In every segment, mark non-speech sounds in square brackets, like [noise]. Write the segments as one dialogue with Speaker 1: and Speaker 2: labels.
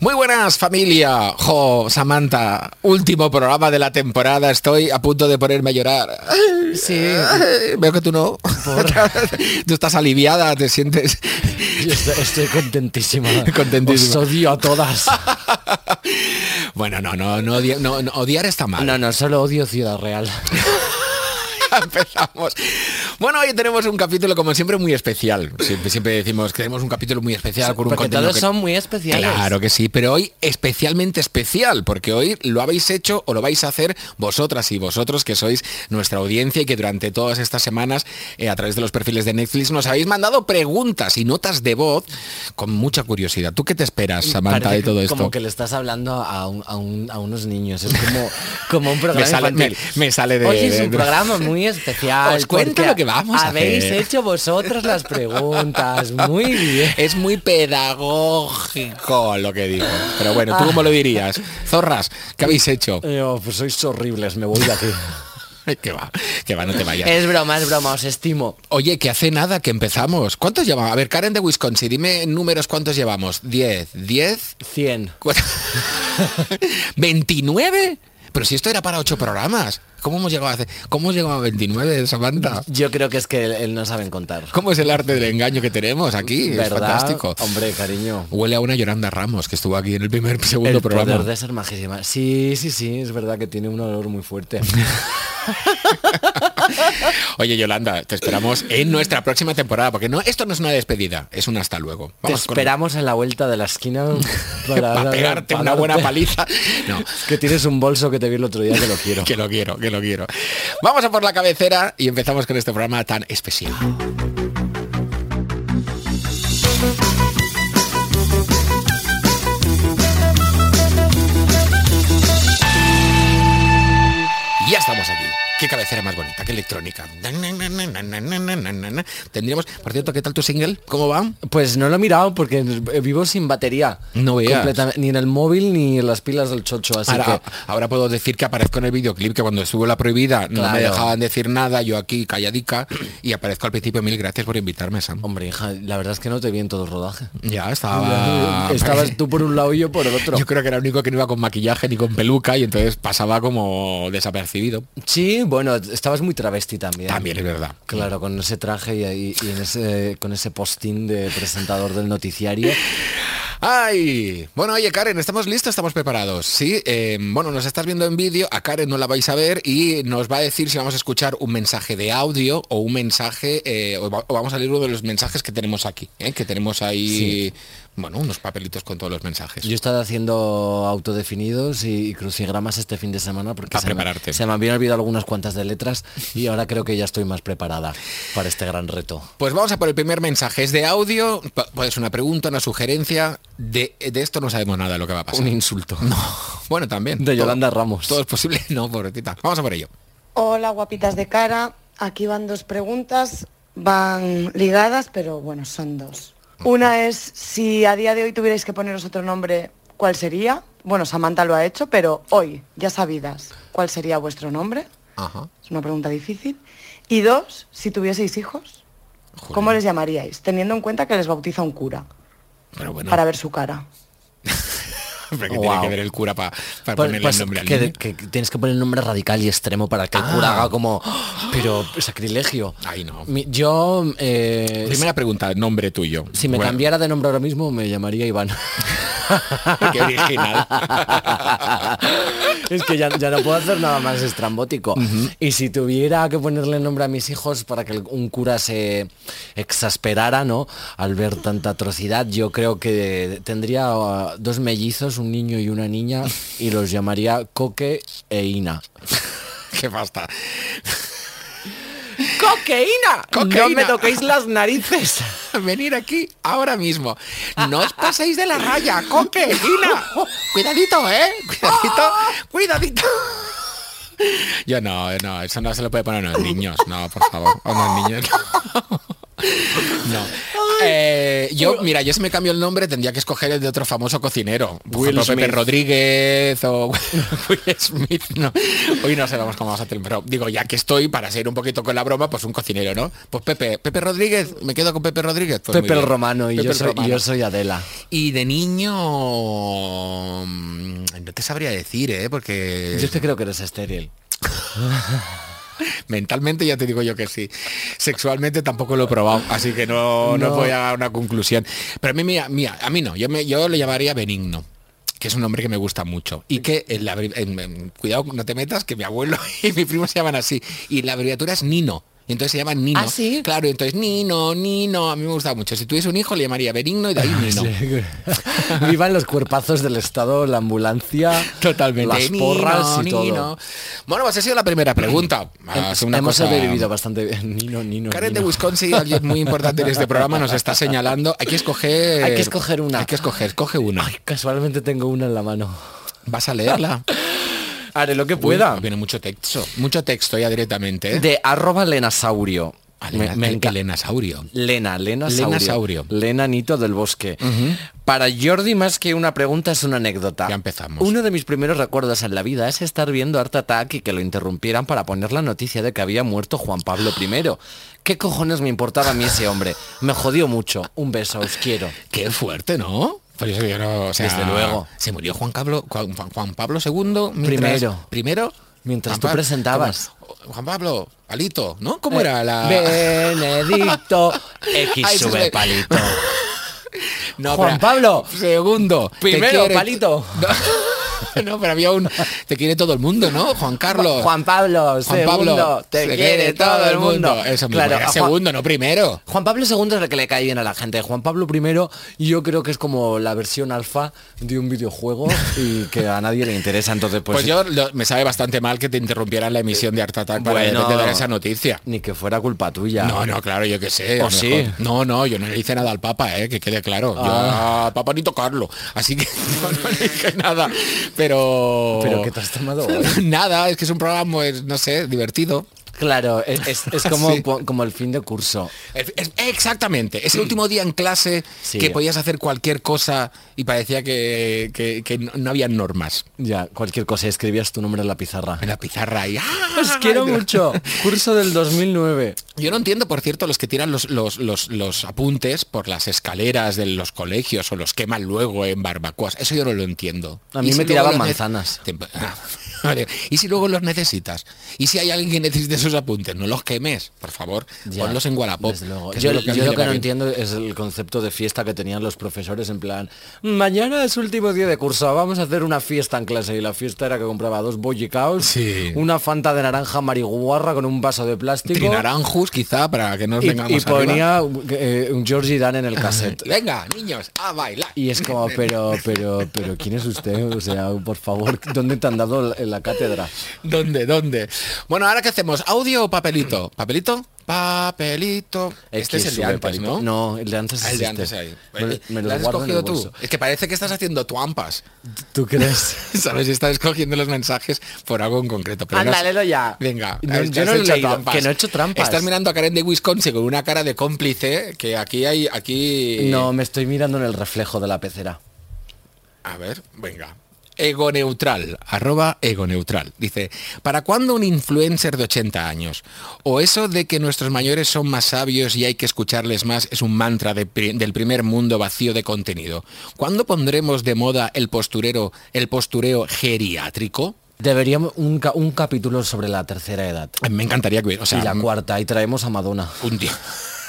Speaker 1: Muy buenas familia, jo, Samantha, último programa de la temporada, estoy a punto de ponerme a llorar. Ay,
Speaker 2: Sí. [laughs]
Speaker 1: ay, veo que tú no. Tú estás aliviada, te sientes...
Speaker 2: Yo estoy, estoy
Speaker 1: [laughs]
Speaker 2: contentísima.
Speaker 1: Contentísima.
Speaker 2: Os odio
Speaker 1: [laughs]
Speaker 2: a todas.
Speaker 1: Bueno, no, no, no, odia- no, no, odiar está mal.
Speaker 2: No, no, solo odio Ciudad Real.
Speaker 1: Empezamos. Bueno, hoy tenemos un capítulo como siempre muy especial. Siempre, siempre decimos que tenemos un capítulo muy especial con un
Speaker 2: Porque
Speaker 1: contenido
Speaker 2: todos
Speaker 1: que-
Speaker 2: son muy especiales.
Speaker 1: Claro que sí, pero hoy especialmente especial, porque hoy lo habéis hecho o lo vais a hacer vosotras y vosotros que sois nuestra audiencia y que durante todas estas semanas eh, a través de los perfiles de Netflix nos habéis mandado preguntas y notas de voz con mucha curiosidad. ¿Tú qué te esperas, Samantha,
Speaker 2: Mm, Parece
Speaker 1: de todo
Speaker 2: que-
Speaker 1: esto?
Speaker 2: Como que le estás hablando a, un- a un- a unos niños. Es
Speaker 1: [laughs]
Speaker 2: como, como un programa
Speaker 1: Me sale-
Speaker 2: infantil.
Speaker 1: me- me sale de-
Speaker 2: Hoy es
Speaker 1: de-
Speaker 2: un programa muy especial.
Speaker 1: Os cuento
Speaker 2: porque
Speaker 1: lo que vamos a
Speaker 2: Habéis
Speaker 1: hacer.
Speaker 2: hecho vosotros las preguntas.
Speaker 1: [laughs]
Speaker 2: Muy bien.
Speaker 1: [laughs] Es muy pedagógico lo que digo. Pero bueno,
Speaker 2: Ah.
Speaker 1: ¿tú cómo lo dirías? Zorras, ¿qué habéis
Speaker 2: [laughs]
Speaker 1: hecho?
Speaker 2: Eh, oh, pues sois horribles, me voy de aquí.
Speaker 1: Ay, Que va, que va, no te vayas.
Speaker 2: [laughs] es broma, es broma, os estimo.
Speaker 1: Oye, que hace nada que empezamos. ¿Cuántos llevamos? A ver, Karen de Wisconsin, dime en números cuántos llevamos. 10, 10,
Speaker 2: 100.
Speaker 1: cuat- [laughs] 29. Pero si esto era para ocho programas, ¿cómo hemos llegado a, hacer- ¿cómo hemos llegado a 29, Samantha?
Speaker 2: Yo creo que es que eh, no saben contar.
Speaker 1: ¿Cómo es el arte del engaño que tenemos aquí? Es
Speaker 2: ¿Verdad?
Speaker 1: fantástico.
Speaker 2: Hombre, cariño.
Speaker 1: Huele a una Yolanda Ramos que estuvo aquí en el primer segundo
Speaker 2: El
Speaker 1: programa.
Speaker 2: poder de ser majísima. Sí, sí, sí, es verdad que tiene un olor muy
Speaker 1: [laughs]
Speaker 2: fuerte.
Speaker 1: Oye, Yolanda, te esperamos en nuestra próxima temporada, porque no, esto no es una despedida, es un hasta luego.
Speaker 2: Te
Speaker 1: Vamos con- [laughs]
Speaker 2: esperamos en la vuelta de la esquina para,
Speaker 1: para pegarte una buena
Speaker 2: darte- [laughs]
Speaker 1: paliza. No.
Speaker 2: Que tienes un bolso que te vi el otro día que lo quiero.
Speaker 1: Que lo quiero, que lo quiero. Vamos a por la cabecera y empezamos con este programa tan especial. Y Ya estamos aquí. Qué cabecera más bonita, qué electrónica. Tendríamos, por cierto, ¿qué tal tu single? ¿Cómo va?
Speaker 2: Pues no lo he mirado porque vivo sin batería.
Speaker 1: No veas.
Speaker 2: Completamente, Ni en el móvil ni en las pilas del chocho, así
Speaker 1: Ahora,
Speaker 2: que...
Speaker 1: ahora puedo decir que aparezco en el videoclip, que cuando estuvo la prohibida no me
Speaker 2: Claro.
Speaker 1: dejaban decir nada, yo aquí calladica, y aparezco al principio, mil gracias por invitarme, Sam.
Speaker 2: Hombre, hija, la verdad es que no te vi en todo el rodaje.
Speaker 1: Ya estaba. [laughs]
Speaker 2: Estabas tú por un lado y yo por el otro.
Speaker 1: Ah, Yo creo que era el único que no iba con maquillaje ni con peluca y entonces pasaba como desapercibido.
Speaker 2: Sí, bueno, estabas muy travesti también.
Speaker 1: También es verdad.
Speaker 2: Claro, con ese traje y, ahí- y en ese, con ese postín de presentador del noticiario.
Speaker 1: ¡Ay! Bueno, oye, Karen, ¿estamos listos? ¿Estamos preparados? Sí, eh, bueno, nos estás viendo en vídeo, a Karen no la vais a ver y nos va a decir si vamos a escuchar un mensaje de audio o un mensaje, eh, o, va- o vamos a leer uno de los mensajes que tenemos aquí, ¿eh? que tenemos ahí, bueno, unos papelitos con todos los mensajes.
Speaker 2: Yo he estado haciendo autodefinidos y, y crucigramas este fin de semana porque
Speaker 1: Pa'
Speaker 2: se, me-
Speaker 1: prepararte.
Speaker 2: se me habían olvidado algunas cuantas de letras y ahora creo que ya estoy más preparada para este gran reto.
Speaker 1: Pues vamos a por el primer mensaje. Es de audio, pa- puede ser una pregunta, una sugerencia. De, de esto no sabemos nada lo que va a pasar.
Speaker 2: Un insulto.
Speaker 1: Bueno, también.
Speaker 2: De
Speaker 1: Todo-
Speaker 2: Yolanda Ramos.
Speaker 1: Todo es posible. [laughs] No, pobrecita. Vamos a por ello.
Speaker 3: Hola, guapitas de cara. Aquí van dos preguntas, van ligadas, pero bueno, son dos. Una es si a día de hoy tuvierais que poneros otro nombre, ¿cuál sería? Bueno, Samantha lo ha hecho, pero hoy, ya sabidas, ¿cuál sería vuestro nombre?
Speaker 1: Ajá.
Speaker 3: Es una pregunta difícil. Y dos, si tuvieseis hijos,
Speaker 1: Joder.
Speaker 3: ¿cómo les llamaríais? Teniendo en cuenta que les bautiza un cura
Speaker 1: Pero bueno,
Speaker 3: para ver su cara.
Speaker 1: [laughs] hombre, que tiene
Speaker 2: Guau.
Speaker 1: que ver el cura pa- para
Speaker 2: Pues-
Speaker 1: ponerle
Speaker 2: pues
Speaker 1: el nombre al
Speaker 2: que,
Speaker 1: niño?
Speaker 2: que tienes que poner un nombre radical y extremo para que el cura haga como... "Ah, Pero sacrilegio.
Speaker 1: Ay, Ah, no.
Speaker 2: Mi- yo... eh,
Speaker 1: Primera pregunta, nombre tuyo.
Speaker 2: si me
Speaker 1: Bueno,
Speaker 2: cambiara de nombre ahora mismo me llamaría Iván.
Speaker 1: [laughs] Qué original. [laughs]
Speaker 2: es que ya, ya no puedo hacer nada más estrambótico. Y si tuviera que ponerle nombre a mis hijos para que el- un cura se exasperara, ¿no? Al ver tanta atrocidad, yo creo que tendría uh, dos mellizos, un niño y una niña, y los llamaría Coque e Ina.
Speaker 1: Qué pasta.
Speaker 2: ¡Coqueína!
Speaker 1: ¡Coqueína!
Speaker 2: ¡No me toquéis las narices!
Speaker 1: Venir aquí ahora mismo. No os paséis de la
Speaker 2: [laughs]
Speaker 1: raya, coque, Gina. [laughs] Cuidadito, ¿eh? Cuidadito, cuidadito. [laughs] Yo no, no, eso no se lo puede poner a los niños, no, por favor, a los niños. no. [laughs] No. Eh, yo, mira, yo si me cambio el nombre tendría que escoger el de otro famoso cocinero. Por
Speaker 2: Will
Speaker 1: ejemplo, Pepe
Speaker 2: Smith.
Speaker 1: Rodríguez o [laughs] Will Smith. No. Hoy no sabemos cómo vamos a hacer, pero digo, ya que estoy para seguir un poquito con la broma, pues un cocinero, ¿no? Pues Pepe, Pepe Rodríguez, me quedo con Pepe Rodríguez. Pues muy
Speaker 2: Pepe el
Speaker 1: bien.
Speaker 2: Romano y
Speaker 1: Pepe
Speaker 2: yo
Speaker 1: el
Speaker 2: soy, y
Speaker 1: Romano.
Speaker 2: yo soy Adela.
Speaker 1: Y de niño, mm, sabría decir, ¿eh? Porque
Speaker 2: Yo te creo que eres estéril.
Speaker 1: mentalmente ya te digo yo que sí. Sexualmente tampoco lo he probado, así que no, no
Speaker 2: No.
Speaker 1: voy a dar una conclusión. Pero a mí, mira, mira, a mí no, yo, me- yo le llamaría Benigno que es un hombre que me gusta mucho y que en la abrevi- en- en- cuidado no te metas que mi abuelo [laughs] y mi primo se llaman así y la abreviatura es Nino y entonces se llaman Nino
Speaker 2: ¿Ah, sí?
Speaker 1: claro entonces Nino Nino a mí me gusta mucho si tuviese un hijo le llamaría Benigno y de ahí
Speaker 2: Ah,
Speaker 1: Nino
Speaker 2: [laughs] Vivan los cuerpazos del Estado, la ambulancia,
Speaker 1: Totalmente.
Speaker 2: las porras y
Speaker 1: Nino,
Speaker 2: todo. Em,
Speaker 1: Nino. Bueno, pues ha sido la primera pregunta. Es una
Speaker 2: Hemos
Speaker 1: cosa-
Speaker 2: sobrevivido bastante bien. Nino, Nino,
Speaker 1: Karen de
Speaker 2: Nino.
Speaker 1: Wisconsin, alguien muy importante en este programa, nos está señalando. Hay que escoger.
Speaker 2: Hay que escoger una.
Speaker 1: Hay que escoger, escoge una.
Speaker 2: Ay, casualmente tengo una en la mano.
Speaker 1: Vas a leerla.
Speaker 2: Haré lo que
Speaker 1: Uy,
Speaker 2: [laughs] pueda.
Speaker 1: viene mucho texto. Mucho texto ya directamente. ¿eh?
Speaker 2: De arroba lenasaurio.
Speaker 1: Ah, Lena-
Speaker 2: Me- me enca-
Speaker 1: Lena Saurio.
Speaker 2: Lena, Lena
Speaker 1: Lena
Speaker 2: Saurio.
Speaker 1: Saurio.
Speaker 2: Lena Nito del Bosque. Para Jordi, más que una pregunta, es una anécdota.
Speaker 1: Ya empezamos.
Speaker 2: Uno de mis primeros recuerdos en la vida es estar viendo Art Attack y que lo interrumpieran para poner la noticia de que había muerto Juan Pablo I. ¿Qué cojones me importaba a mí ese hombre? Me jodió mucho. Un beso, os
Speaker 1: [laughs]
Speaker 2: quiero.
Speaker 1: Qué fuerte, ¿no? Pero eso yo no- o sea,
Speaker 2: Desde luego.
Speaker 1: Se murió Juan Pablo, Juan, Juan Pablo II. mientras-
Speaker 2: Primero.
Speaker 1: Primero.
Speaker 2: Mientras tú
Speaker 1: Pablo-
Speaker 2: presentabas. Eh,
Speaker 1: ¿Cómo? Juan Pablo, Alito, ¿no? ¿Cómo era la...?
Speaker 2: Benedicto
Speaker 1: [laughs] Ay,
Speaker 2: X
Speaker 1: se
Speaker 2: sube
Speaker 1: me- [laughs]
Speaker 2: palito.
Speaker 1: No,
Speaker 2: Juan Pablo.
Speaker 1: Segundo. te
Speaker 2: Primero, Palito.
Speaker 1: [laughs] No, no, pero había un... Te quiere todo el mundo, ¿no? Juan Carlos.
Speaker 2: Juan Pablo,
Speaker 1: Juan Pablo,
Speaker 2: segundo, te
Speaker 1: se
Speaker 2: quiere todo el mundo.
Speaker 1: Eso mismo,
Speaker 2: Claro,
Speaker 1: era
Speaker 2: a Juan-
Speaker 1: segundo, no primero.
Speaker 2: Juan Pablo II es el que le cae bien a la gente. Juan Pablo I yo creo que es como la versión alfa de un videojuego y que a nadie le interesa. Entonces,
Speaker 1: Pues,
Speaker 2: pues,
Speaker 1: yo lo- me sabe bastante mal que te interrumpieran la emisión de Art Attack para de
Speaker 2: Bueno.
Speaker 1: repente dar esa noticia.
Speaker 2: ni que fuera culpa tuya.
Speaker 1: No, no, claro, yo qué sé. a
Speaker 2: ¿O
Speaker 1: lo
Speaker 2: Pues sí?
Speaker 1: mejor. No, no, yo no le hice nada al Papa, eh, que quede claro.
Speaker 2: Ah.
Speaker 1: Yo al Papa ni tocarlo. Así que [laughs] no, no le dije nada. Pero...
Speaker 2: Pero ¿qué te has tomado hoy?
Speaker 1: [laughs] Nada, es que es un programa, pues, no sé, divertido.
Speaker 2: Claro, es, es-
Speaker 1: [laughs]
Speaker 2: es como,
Speaker 1: Sí.
Speaker 2: po- como el fin de curso.
Speaker 1: El- es- Exactamente, es el último día en clase
Speaker 2: Sí.
Speaker 1: que podías hacer cualquier cosa y parecía que, que- que no no había normas.
Speaker 2: Ya, cualquier cosa, escribías tu nombre en la pizarra.
Speaker 1: En la pizarra y ¡ah!
Speaker 2: Os quiero mucho. Curso del 2009.
Speaker 1: Yo no entiendo, por cierto, los que tiran los, los, los- los apuntes por las escaleras de los colegios o los queman luego en barbacoas. Eso yo no lo entiendo.
Speaker 2: A mí
Speaker 1: ¿Y
Speaker 2: me
Speaker 1: luego
Speaker 2: tiraban
Speaker 1: los ne-
Speaker 2: manzanas.
Speaker 1: Te- Ah, [laughs] Vale. ¿Y si luego los necesitas? ¿Y si hay alguien que necesite esos apuntes? No los quemes, por favor.
Speaker 2: Ya,
Speaker 1: Ponlos en Wallapop.
Speaker 2: desde luego.
Speaker 1: que es
Speaker 2: Yo,
Speaker 1: lo que a mí
Speaker 2: yo
Speaker 1: me
Speaker 2: lo que
Speaker 1: va
Speaker 2: no
Speaker 1: bien.
Speaker 2: entiendo es el concepto de fiesta que tenían los profesores en plan, mañana es último día de curso, vamos a hacer una fiesta en clase. Y la fiesta era que compraba dos bollicaos,
Speaker 1: Sí.
Speaker 2: una fanta de naranja mariguarra con un vaso de plástico
Speaker 1: Trinaranjus, quizá, para que no nos
Speaker 2: y,
Speaker 1: vengamos
Speaker 2: y
Speaker 1: arriba.
Speaker 2: ponía eh, un Georgie Dan en el cassette.
Speaker 1: Venga, niños, a bailar.
Speaker 2: Y
Speaker 1: [laughs]
Speaker 2: es como, pero, pero, pero, ¿quién es usted? O sea, por favor, ¿dónde te han dado la- en la cátedra?
Speaker 1: ¿Dónde? ¿Dónde? Bueno, ahora qué hacemos, audio o papelito. ¿Papelito? Papelito. Este es el de
Speaker 2: Sube
Speaker 1: antes,
Speaker 2: palito.
Speaker 1: ¿no?
Speaker 2: No, el de antes es
Speaker 1: Ah, el de
Speaker 2: este.
Speaker 1: antes ahí.
Speaker 2: Me, lo- me
Speaker 1: ¿Lo
Speaker 2: los
Speaker 1: has
Speaker 2: guardo en el
Speaker 1: escogido tú?
Speaker 2: bolso.
Speaker 1: Es que parece que estás haciendo tuampas.
Speaker 2: ¿Tú crees?
Speaker 1: [laughs] ¿Sabes? Y Estás escogiendo los mensajes por algo en concreto. Pero no
Speaker 2: Anda,
Speaker 1: has-
Speaker 2: léelo ya.
Speaker 1: Venga.
Speaker 2: No,
Speaker 1: has-
Speaker 2: yo
Speaker 1: has
Speaker 2: no lo he
Speaker 1: hecho
Speaker 2: leído,
Speaker 1: trampas.
Speaker 2: que no he hecho trampas.
Speaker 1: Estás mirando a Karen de Wisconsin con una cara de cómplice que aquí hay... aquí
Speaker 2: No, me estoy mirando en el reflejo de la pecera.
Speaker 1: A ver, venga. Egoneutral, arroba egoneutral. Dice, ¿para cuándo un influencer de 80 años? ¿O eso de que nuestros mayores son más sabios y hay que escucharles más es un mantra de pri- del primer mundo vacío de contenido? ¿Cuándo pondremos de moda el posturero, el postureo geriátrico?
Speaker 2: Deberíamos un, ca- un capítulo sobre la tercera edad
Speaker 1: A mí Eh, Me encantaría que hubiera- o sea,
Speaker 2: y la
Speaker 1: m-
Speaker 2: cuarta y traemos a Madonna.
Speaker 1: un día.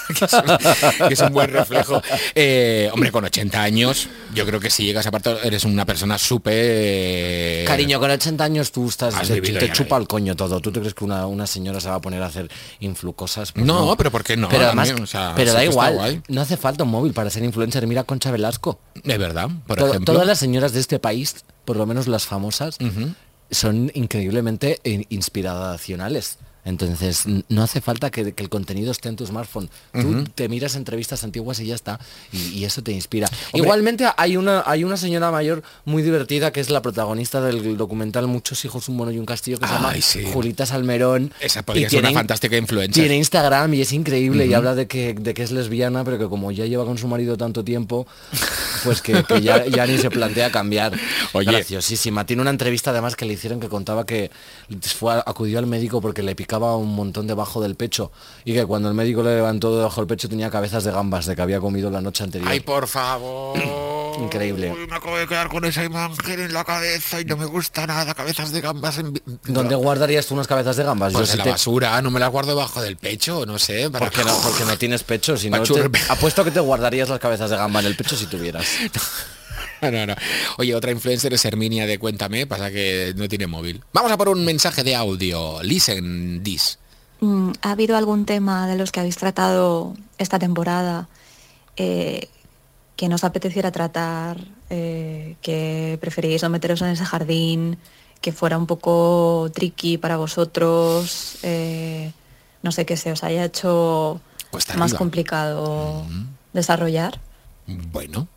Speaker 1: [laughs] que, es un, que es un buen reflejo. Eh, hombre, con 80 años, yo creo que si llegas aparte eres una persona súper...
Speaker 2: Cariño, con 80 años tú estás
Speaker 1: Eh, Has
Speaker 2: te,
Speaker 1: vivido
Speaker 2: te
Speaker 1: ya,
Speaker 2: chupa
Speaker 1: eh.
Speaker 2: el coño todo. ¿Tú te crees que una, una señora se va a poner a hacer influcosas? Pues
Speaker 1: No, pero ¿por qué no?
Speaker 2: Pero además,
Speaker 1: También, o sea,
Speaker 2: pero
Speaker 1: sí
Speaker 2: da
Speaker 1: que está
Speaker 2: igual.
Speaker 1: guay.
Speaker 2: No hace falta un móvil para ser influencer. Mira a Concha Velasco.
Speaker 1: De verdad, por
Speaker 2: Todo-
Speaker 1: ejemplo.
Speaker 2: todas las señoras de este país, por lo menos las famosas, son increíblemente in- inspiracionales. Entonces, n- no hace falta que, que el contenido esté en tu smartphone. Tú te miras entrevistas antiguas y ya está. Y, y eso te inspira. Igualmente, hay una, hay una señora mayor muy divertida que es la protagonista del documental Muchos hijos, un mono y un castillo que se llama
Speaker 1: Ay, sí.
Speaker 2: Julita Salmerón.
Speaker 1: Esa
Speaker 2: Y
Speaker 1: podría ser una
Speaker 2: tiene-
Speaker 1: fantástica influencer.
Speaker 2: Tiene Instagram y es increíble y habla de que, de que es lesbiana, pero que como ya lleva con su marido
Speaker 1: [laughs]
Speaker 2: tanto tiempo, pues que, que ya, ya ni se plantea cambiar.
Speaker 1: Oye.
Speaker 2: Graciosísima. Tiene una entrevista además que le hicieron que contaba que fue, a- acudió al médico porque le picaba marcaba un montón debajo del pecho y que cuando el médico le levantó debajo del pecho tenía cabezas de gambas de que había comido la noche anterior.
Speaker 1: Ay, por favor.
Speaker 2: Increíble.
Speaker 1: Uy, me acabo de quedar con esa imagen en la cabeza y no me gusta nada. Cabezas de gambas en... vi-
Speaker 2: ¿Dónde guardarías tú unas cabezas de gambas?
Speaker 1: Pues en
Speaker 2: sí
Speaker 1: la
Speaker 2: te-
Speaker 1: basura, no me la guardo debajo del pecho, no sé. Para
Speaker 2: porque no, porque no tienes pecho, si no
Speaker 1: [laughs]
Speaker 2: te-
Speaker 1: Pachurbe.
Speaker 2: apuesto que te guardarías las cabezas de gamba en el pecho si tuvieras.
Speaker 1: [laughs] No, no, no. Oye, otra influencer es Herminia de Cuéntame, pasa que no tiene móvil. Vamos a por un mensaje de audio. Listen this.
Speaker 4: Mm, ¿Ha habido algún tema de los que habéis tratado esta temporada eh, que nos apeteciera tratar, eh, que preferíais no meteros en ese jardín, que fuera un poco tricky para vosotros? eh, no sé, que se os haya hecho
Speaker 1: Cuesta
Speaker 4: más
Speaker 1: arriba. Mm.
Speaker 4: complicado desarrollar.
Speaker 1: Bueno.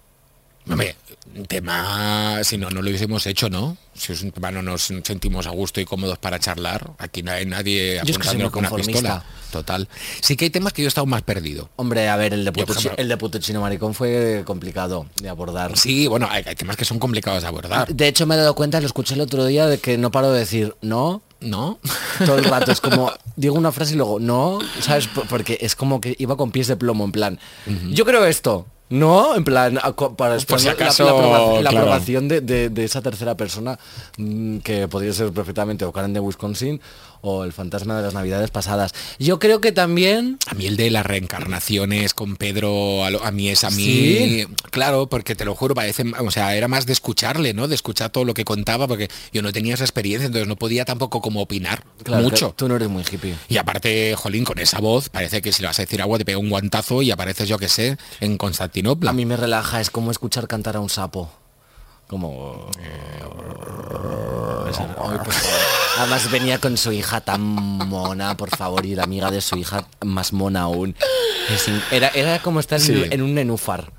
Speaker 1: Hombre, un tema, si no, no lo hubiésemos hecho, ¿no? Si es un tema no nos sentimos a gusto y cómodos para charlar, aquí no hay nadie
Speaker 2: Yo es que
Speaker 1: apuntando
Speaker 2: soy muy
Speaker 1: con una
Speaker 2: conformista.
Speaker 1: pistola. Total. Sí que hay temas que yo he estado más perdido.
Speaker 2: Hombre, a ver, el de
Speaker 1: Yo,
Speaker 2: puto,
Speaker 1: por
Speaker 2: chi-
Speaker 1: ejemplo-
Speaker 2: el de puto chino maricón fue complicado de abordar. Ah,
Speaker 1: Sí, bueno, hay, hay temas que son complicados de abordar,
Speaker 2: De hecho, me he dado cuenta, lo escuché el otro día, de que no paro de decir no
Speaker 1: ¿no?
Speaker 2: todo el rato. Es como, digo una frase y luego no, ¿sabes? Por- Porque es como que iba con pies de plomo, en plan, yo creo esto. No, en plan, a co- para
Speaker 1: Por si
Speaker 2: esperar la-
Speaker 1: acaso,
Speaker 2: la, aprobación- la
Speaker 1: claro.
Speaker 2: aprobación de, de- de esa tercera persona mm, que podría ser perfectamente o Karen de Wisconsin o el fantasma de las navidades pasadas. Yo creo que también
Speaker 1: [laughs] A mí el de las reencarnaciones con Pedro, a, lo- a mí es a mí.
Speaker 2: Sí.
Speaker 1: Claro, porque te lo juro, parece, o sea, era más de escucharle, ¿no? De escuchar todo lo que contaba, porque yo no tenía esa experiencia, entonces no podía tampoco como opinar
Speaker 2: Claro,
Speaker 1: mucho.
Speaker 2: que Tú no eres muy hippie.
Speaker 1: Y aparte, Jolín, con esa voz, parece que si le vas a decir agua te pega un guantazo y apareces, yo que sé, en Constantinopla.
Speaker 2: A mí me relaja, es como escuchar cantar a un sapo. Como... eh, Ay, por favor. Además venía con su hija tan mona, por favor, y la amiga de su hija más mona aún. Es in- Era, era como estar en-
Speaker 1: Sí.
Speaker 2: en un nenúfar.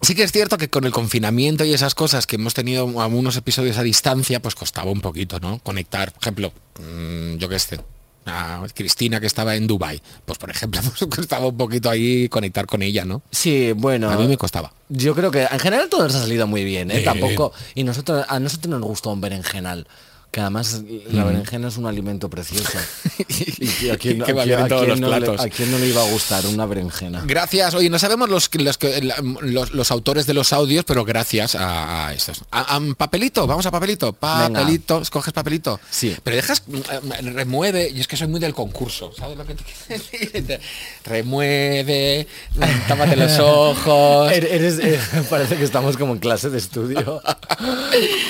Speaker 1: Sí que es cierto que con el confinamiento y esas cosas que hemos tenido algunos episodios a distancia, pues costaba un poquito, ¿no? Conectar, por ejemplo, mm, yo qué sé, a Cristina que estaba en Dubai, pues por ejemplo, [laughs] pues costaba un poquito ahí conectar con ella, ¿no?
Speaker 2: Sí, bueno.
Speaker 1: A mí me costaba.
Speaker 2: Yo creo que en general todo nos ha salido muy bien, ¿eh?
Speaker 1: Bien.
Speaker 2: Tampoco. Y nosotros, a nosotros nos gusta un berenjenal. Que además
Speaker 1: Mm.
Speaker 2: la berenjena es un
Speaker 1: [laughs]
Speaker 2: alimento precioso. Y a quién-
Speaker 1: Que
Speaker 2: a
Speaker 1: va
Speaker 2: quién-
Speaker 1: bien en
Speaker 2: a
Speaker 1: todos
Speaker 2: quién
Speaker 1: los
Speaker 2: no le-
Speaker 1: platos.
Speaker 2: ¿A quién no le iba a gustar una berenjena?
Speaker 1: Gracias. Oye, no sabemos los, los, que- la- los- los autores de los audios, pero gracias a, a estos. A, a- papelito, vamos a papelito. Papelito, escoges papelito.
Speaker 2: Sí.
Speaker 1: Pero dejas, mm, mm, remueve, y es que soy muy del concurso, ¿sabes lo que te quiero decir? Te- Remueve, mm, tápate los ojos.
Speaker 2: Er- eres- eh, [laughs] parece que estamos como en clase de [laughs] estudio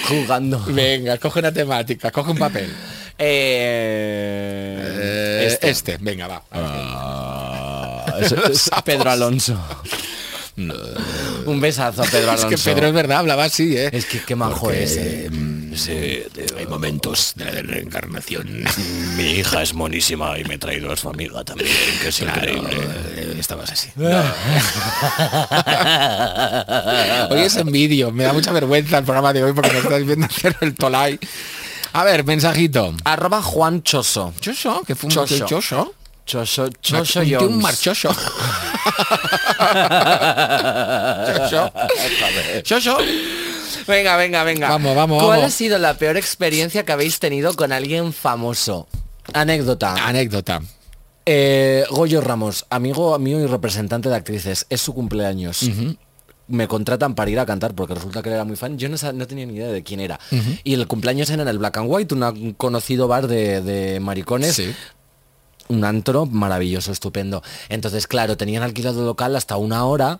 Speaker 2: jugando.
Speaker 1: Venga, coge una temática, coge un papel.
Speaker 2: Eh,
Speaker 1: Eh,
Speaker 2: este.
Speaker 1: este. venga, va. A ver.
Speaker 2: Ah, es- es Pedro Alonso. Un besazo a Pedro
Speaker 1: es
Speaker 2: Alonso.
Speaker 1: que Pedro es verdad, hablaba así, ¿eh?
Speaker 2: Es que qué majo es. eh.
Speaker 1: Hay momentos de la reencarnación.
Speaker 5: Mi hija es monísima y me he traído a su amiga también, que es increíble.
Speaker 1: eh, Estabas [laughs] así. hoy es en vídeo. Me da mucha vergüenza el programa de hoy porque me estáis viendo hacer el tolai. A ver, mensajito.
Speaker 2: Arroba Juan Choso.
Speaker 1: Choso, que fue un
Speaker 2: Choso.
Speaker 1: que choso.
Speaker 2: Choso, Choso
Speaker 1: Un tío,
Speaker 2: Jones.
Speaker 1: un marchoso. [laughs] choso. Choso.
Speaker 2: Venga, venga, venga.
Speaker 1: Vamos, vamos,
Speaker 2: ¿Cuál
Speaker 1: vamos.
Speaker 2: ha sido la peor experiencia que habéis tenido con alguien famoso? Anécdota.
Speaker 1: Anécdota.
Speaker 2: Eh, Goyo Ramos, amigo mío y representante de actrices, es su cumpleaños. Me contratan para ir a cantar porque resulta que él era muy fan. Yo no, sa- no tenía ni idea de quién era. Y el cumpleaños era en el Black and White, una- un conocido bar de, de maricones
Speaker 1: Sí.
Speaker 2: un antro maravilloso, estupendo. Entonces, claro, tenían alquilado local hasta una hora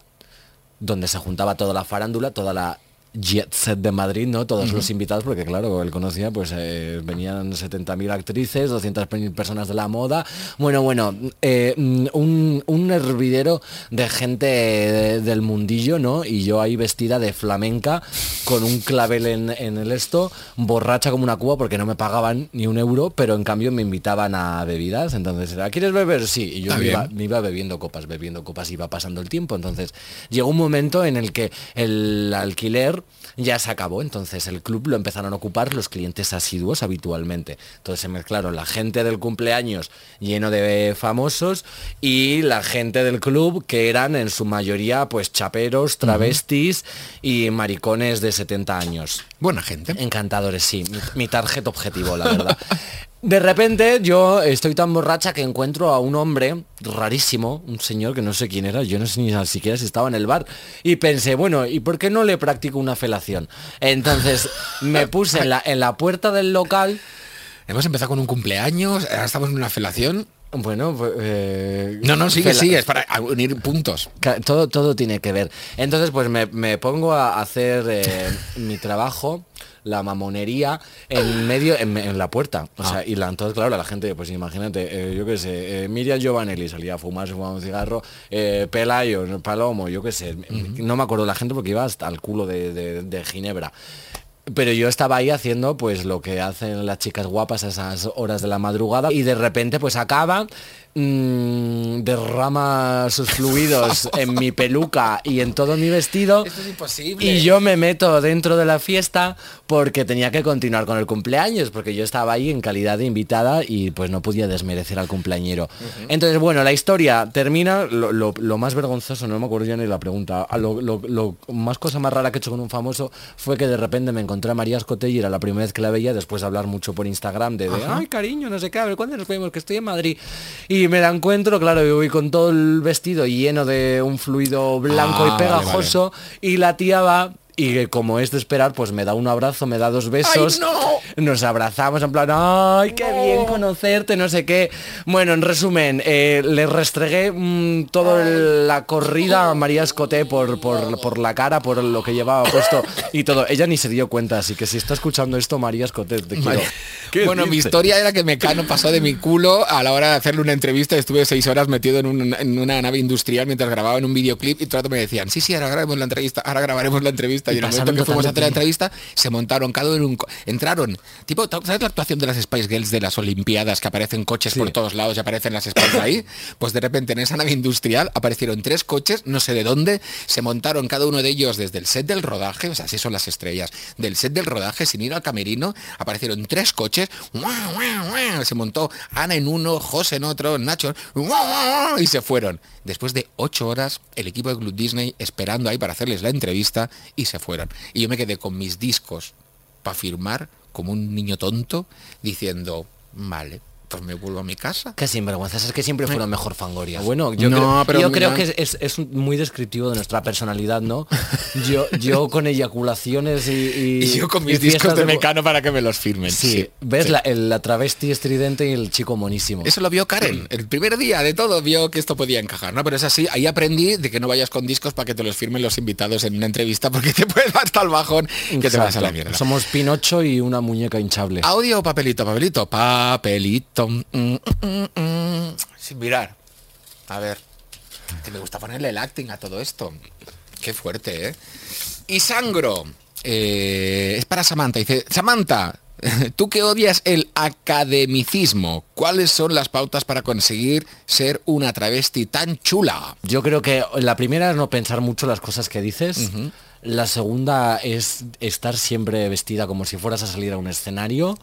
Speaker 2: donde se juntaba toda la farándula, toda la jet set de Madrid, ¿no? Todos los invitados, porque claro, él conocía, pues eh, venían 70.000 actrices, 200.000 personas de la moda. Bueno, bueno, eh, mm, un, un hervidero de gente eh, del mundillo, ¿no? Y yo ahí vestida de flamenca, con un clavel en, en el esto, borracha como una cuba, porque no me pagaban ni un euro, pero en cambio me invitaban a bebidas. Entonces era, ¿quieres beber? Sí. Y yo
Speaker 1: Está
Speaker 2: me iba,
Speaker 1: bien.
Speaker 2: me iba bebiendo copas, bebiendo copas, iba pasando el tiempo. Entonces llegó un momento en el que el alquiler ya se acabó, entonces el club lo empezaron a ocupar los clientes asiduos habitualmente. Entonces se mezclaron la gente del cumpleaños lleno de famosos y la gente del club que eran en su mayoría pues chaperos, travestis y maricones de 70 años.
Speaker 1: Buena gente.
Speaker 2: Encantadores, sí. Mi, mi target objetivo, la verdad. De repente yo estoy tan borracha que encuentro a un hombre rarísimo, un señor que no sé quién era, yo no sé ni siquiera si estaba en el bar, y pensé, bueno, ¿y por qué no le practico una felación? Entonces me puse en la, en la puerta del local,
Speaker 1: Hemos empezado con un cumpleaños, ahora estamos en una felación.
Speaker 2: bueno, pues, eh,
Speaker 1: No, no, sigue,
Speaker 2: fela-
Speaker 1: sigue, es para unir puntos.
Speaker 2: Ca- Todo, todo tiene que ver. Entonces, pues me, me pongo a hacer eh, mi trabajo, la mamonería, en medio, en, en la puerta. O sea, y la, entonces, claro, la gente, pues imagínate, eh, yo qué sé, eh, Miriam Giovanelli salía a fumar, se fumaba un cigarro, eh, Pelayo, Palomo, yo qué sé. No me acuerdo la gente porque iba hasta el culo de, de- de Ginebra. Pero yo estaba ahí haciendo pues lo que hacen las chicas guapas a esas horas de la madrugada y de repente pues acaba, mm, derrama
Speaker 1: [laughs]
Speaker 2: sus fluidos en mi peluca y en todo mi vestido.
Speaker 1: Esto es imposible.
Speaker 2: Y yo me meto dentro de la fiesta porque tenía que continuar con el cumpleaños, porque yo estaba ahí en calidad de invitada y pues no podía desmerecer al cumpleañero. Entonces, bueno, la historia termina, lo, lo- lo más vergonzoso, no me acuerdo ya ni la pregunta, a lo, lo- lo más cosa más rara que he hecho con un famoso fue que de repente me encontré a María Escote y era la primera vez que la veía después de hablar mucho por Instagram de, de, ay cariño, no sé qué, a ver cuándo nos vemos, que estoy en Madrid. Y me la encuentro, claro, yo voy con todo el vestido lleno de un fluido blanco
Speaker 1: Ah,
Speaker 2: y
Speaker 1: vale, vale.
Speaker 2: pegajoso y la tía va y que como es de esperar, pues me da un abrazo, me da dos besos. Nos abrazamos en plan, ¡ay, qué bien conocerte! No sé qué. Bueno, en resumen, eh, le restregué mm, toda la corrida a María Escoté por, por, por la cara, por lo que llevaba puesto y todo. Ella ni se dio cuenta, así que si está escuchando esto, María Escoté, te quiero.
Speaker 1: Vale. Bueno, mi historia era que Mecano pasó de mi culo a la hora de hacerle una entrevista. Estuve seis horas metido en, un- en una nave industrial mientras grababa en un videoclip y todo el rato me decían, sí, sí, ahora grabaremos la entrevista, ahora grabaremos la entrevista. Y,
Speaker 2: Y
Speaker 1: en el momento
Speaker 2: pasaron
Speaker 1: que fuimos a hacer la
Speaker 2: totalmente.
Speaker 1: entrevista, se montaron cada uno en un... co- Entraron, tipo, ¿sabes la actuación de las Spice Girls de las Olimpiadas que aparecen coches por todos lados y aparecen las Spice ahí? Pues de repente en esa nave industrial aparecieron tres coches, no sé de dónde, se montaron cada uno de ellos desde el set del rodaje, o sea, así son las estrellas, del set del rodaje sin ir al camerino, aparecieron tres coches, ¡guau, guau, guau! se montó Ana en uno, José en otro, Nacho, ¡guau, guau, guau! y se fueron. Después de ocho horas, el equipo de Club Disney esperando ahí para hacerles la entrevista y se fueron. Y yo me quedé con mis discos para firmar como un niño tonto diciendo, vale, pues me vuelvo a mi casa.
Speaker 2: Qué sinvergüenzas, es que siempre
Speaker 1: Eh.
Speaker 2: fueron mejor fangoria.
Speaker 1: Ah,
Speaker 2: Bueno, yo
Speaker 1: No,
Speaker 2: creo,
Speaker 1: pero
Speaker 2: yo
Speaker 1: mira-
Speaker 2: creo que es, es un- muy descriptivo de nuestra personalidad, ¿no? Yo, yo con eyaculaciones y...
Speaker 1: [laughs]
Speaker 2: Y,
Speaker 1: Y yo con mis
Speaker 2: y
Speaker 1: discos
Speaker 2: fiestas
Speaker 1: de Mecano para que me los firmen.
Speaker 2: Sí,
Speaker 1: Sí.
Speaker 2: ves
Speaker 1: sí.
Speaker 2: La, el- la travesti estridente y el chico monísimo.
Speaker 1: Eso lo vio Karen. El primer día de todo vio que esto podía encajar, ¿no? Pero es así, ahí aprendí de que no vayas con discos para que te los firmen los invitados en una entrevista porque [laughs] te puedes dar hasta el bajón que te vas a la
Speaker 2: Exacto.
Speaker 1: mierda.
Speaker 2: Somos Pinocho y una muñeca hinchable.
Speaker 1: Audio o papelito, papelito, papelito. mm, mm, mm, mm. Sin mirar. A ver. Que me gusta ponerle el acting a todo esto. Qué fuerte, ¿eh? Y sangro. eh, es para Samantha. Dice, Samantha, [laughs] tú que odias el academicismo, ¿cuáles son las pautas para conseguir ser una travesti tan chula?
Speaker 2: Yo creo que la primera es no pensar mucho las cosas que dices. La segunda es estar siempre vestida como si fueras a salir a un escenario.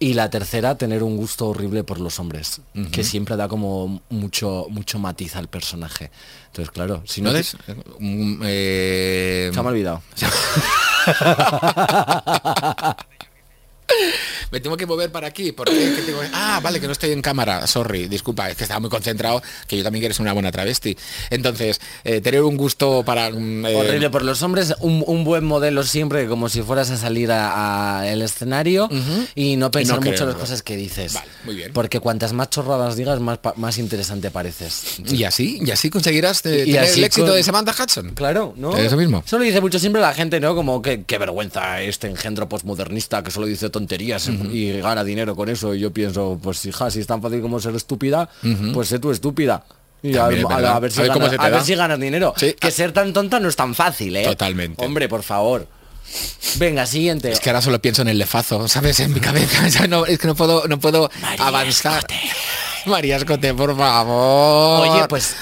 Speaker 2: Y la tercera, tener un gusto horrible por los hombres, que siempre da como mucho, mucho matiz al personaje. Entonces, claro, si no...
Speaker 1: ¿No
Speaker 2: te-
Speaker 1: ves? Mm, eh,
Speaker 2: Se me ha olvidado.
Speaker 1: Me tengo que mover para aquí porque es que tengo- ah, vale, que no estoy en cámara, sorry, disculpa, es que estaba muy concentrado, que yo también quiero ser una buena travesti. Entonces, eh, tener un gusto para mm, eh,
Speaker 2: Horrible por los hombres, un, un buen modelo siempre, como si fueras a salir al escenario y no pensar
Speaker 1: creo,
Speaker 2: mucho en las
Speaker 1: ¿no?
Speaker 2: cosas que dices.
Speaker 1: Vale, muy bien.
Speaker 2: Porque cuantas más chorradas digas, más, pa- más interesante pareces.
Speaker 1: y así, y así conseguirás eh,
Speaker 2: Y- y
Speaker 1: tener
Speaker 2: así
Speaker 1: el éxito
Speaker 2: con-
Speaker 1: de Samantha Hudson.
Speaker 2: Claro, ¿no?
Speaker 1: Eso mismo.
Speaker 2: Eso lo dice mucho siempre la gente, ¿no? Como que qué vergüenza este engendro postmodernista que solo dice tonterías y gana dinero con eso. Y yo pienso, pues hija, si es tan fácil como ser estúpida, pues sé tú estúpida. Y a,
Speaker 1: También es
Speaker 2: a- a
Speaker 1: verdad.
Speaker 2: ver si
Speaker 1: A ver cómo
Speaker 2: ganas,
Speaker 1: se te
Speaker 2: a ver
Speaker 1: da.
Speaker 2: si ganas dinero.
Speaker 1: Sí.
Speaker 2: Que ser tan tonta no es tan fácil, ¿eh?
Speaker 1: Totalmente.
Speaker 2: Hombre, por favor. Venga, siguiente.
Speaker 1: Es que ahora solo pienso en el lefazo, [laughs] ¿sabes? En mi cabeza. o sea, no, es que no puedo, no puedo avanzar. María Escote, por favor.
Speaker 2: Oye, pues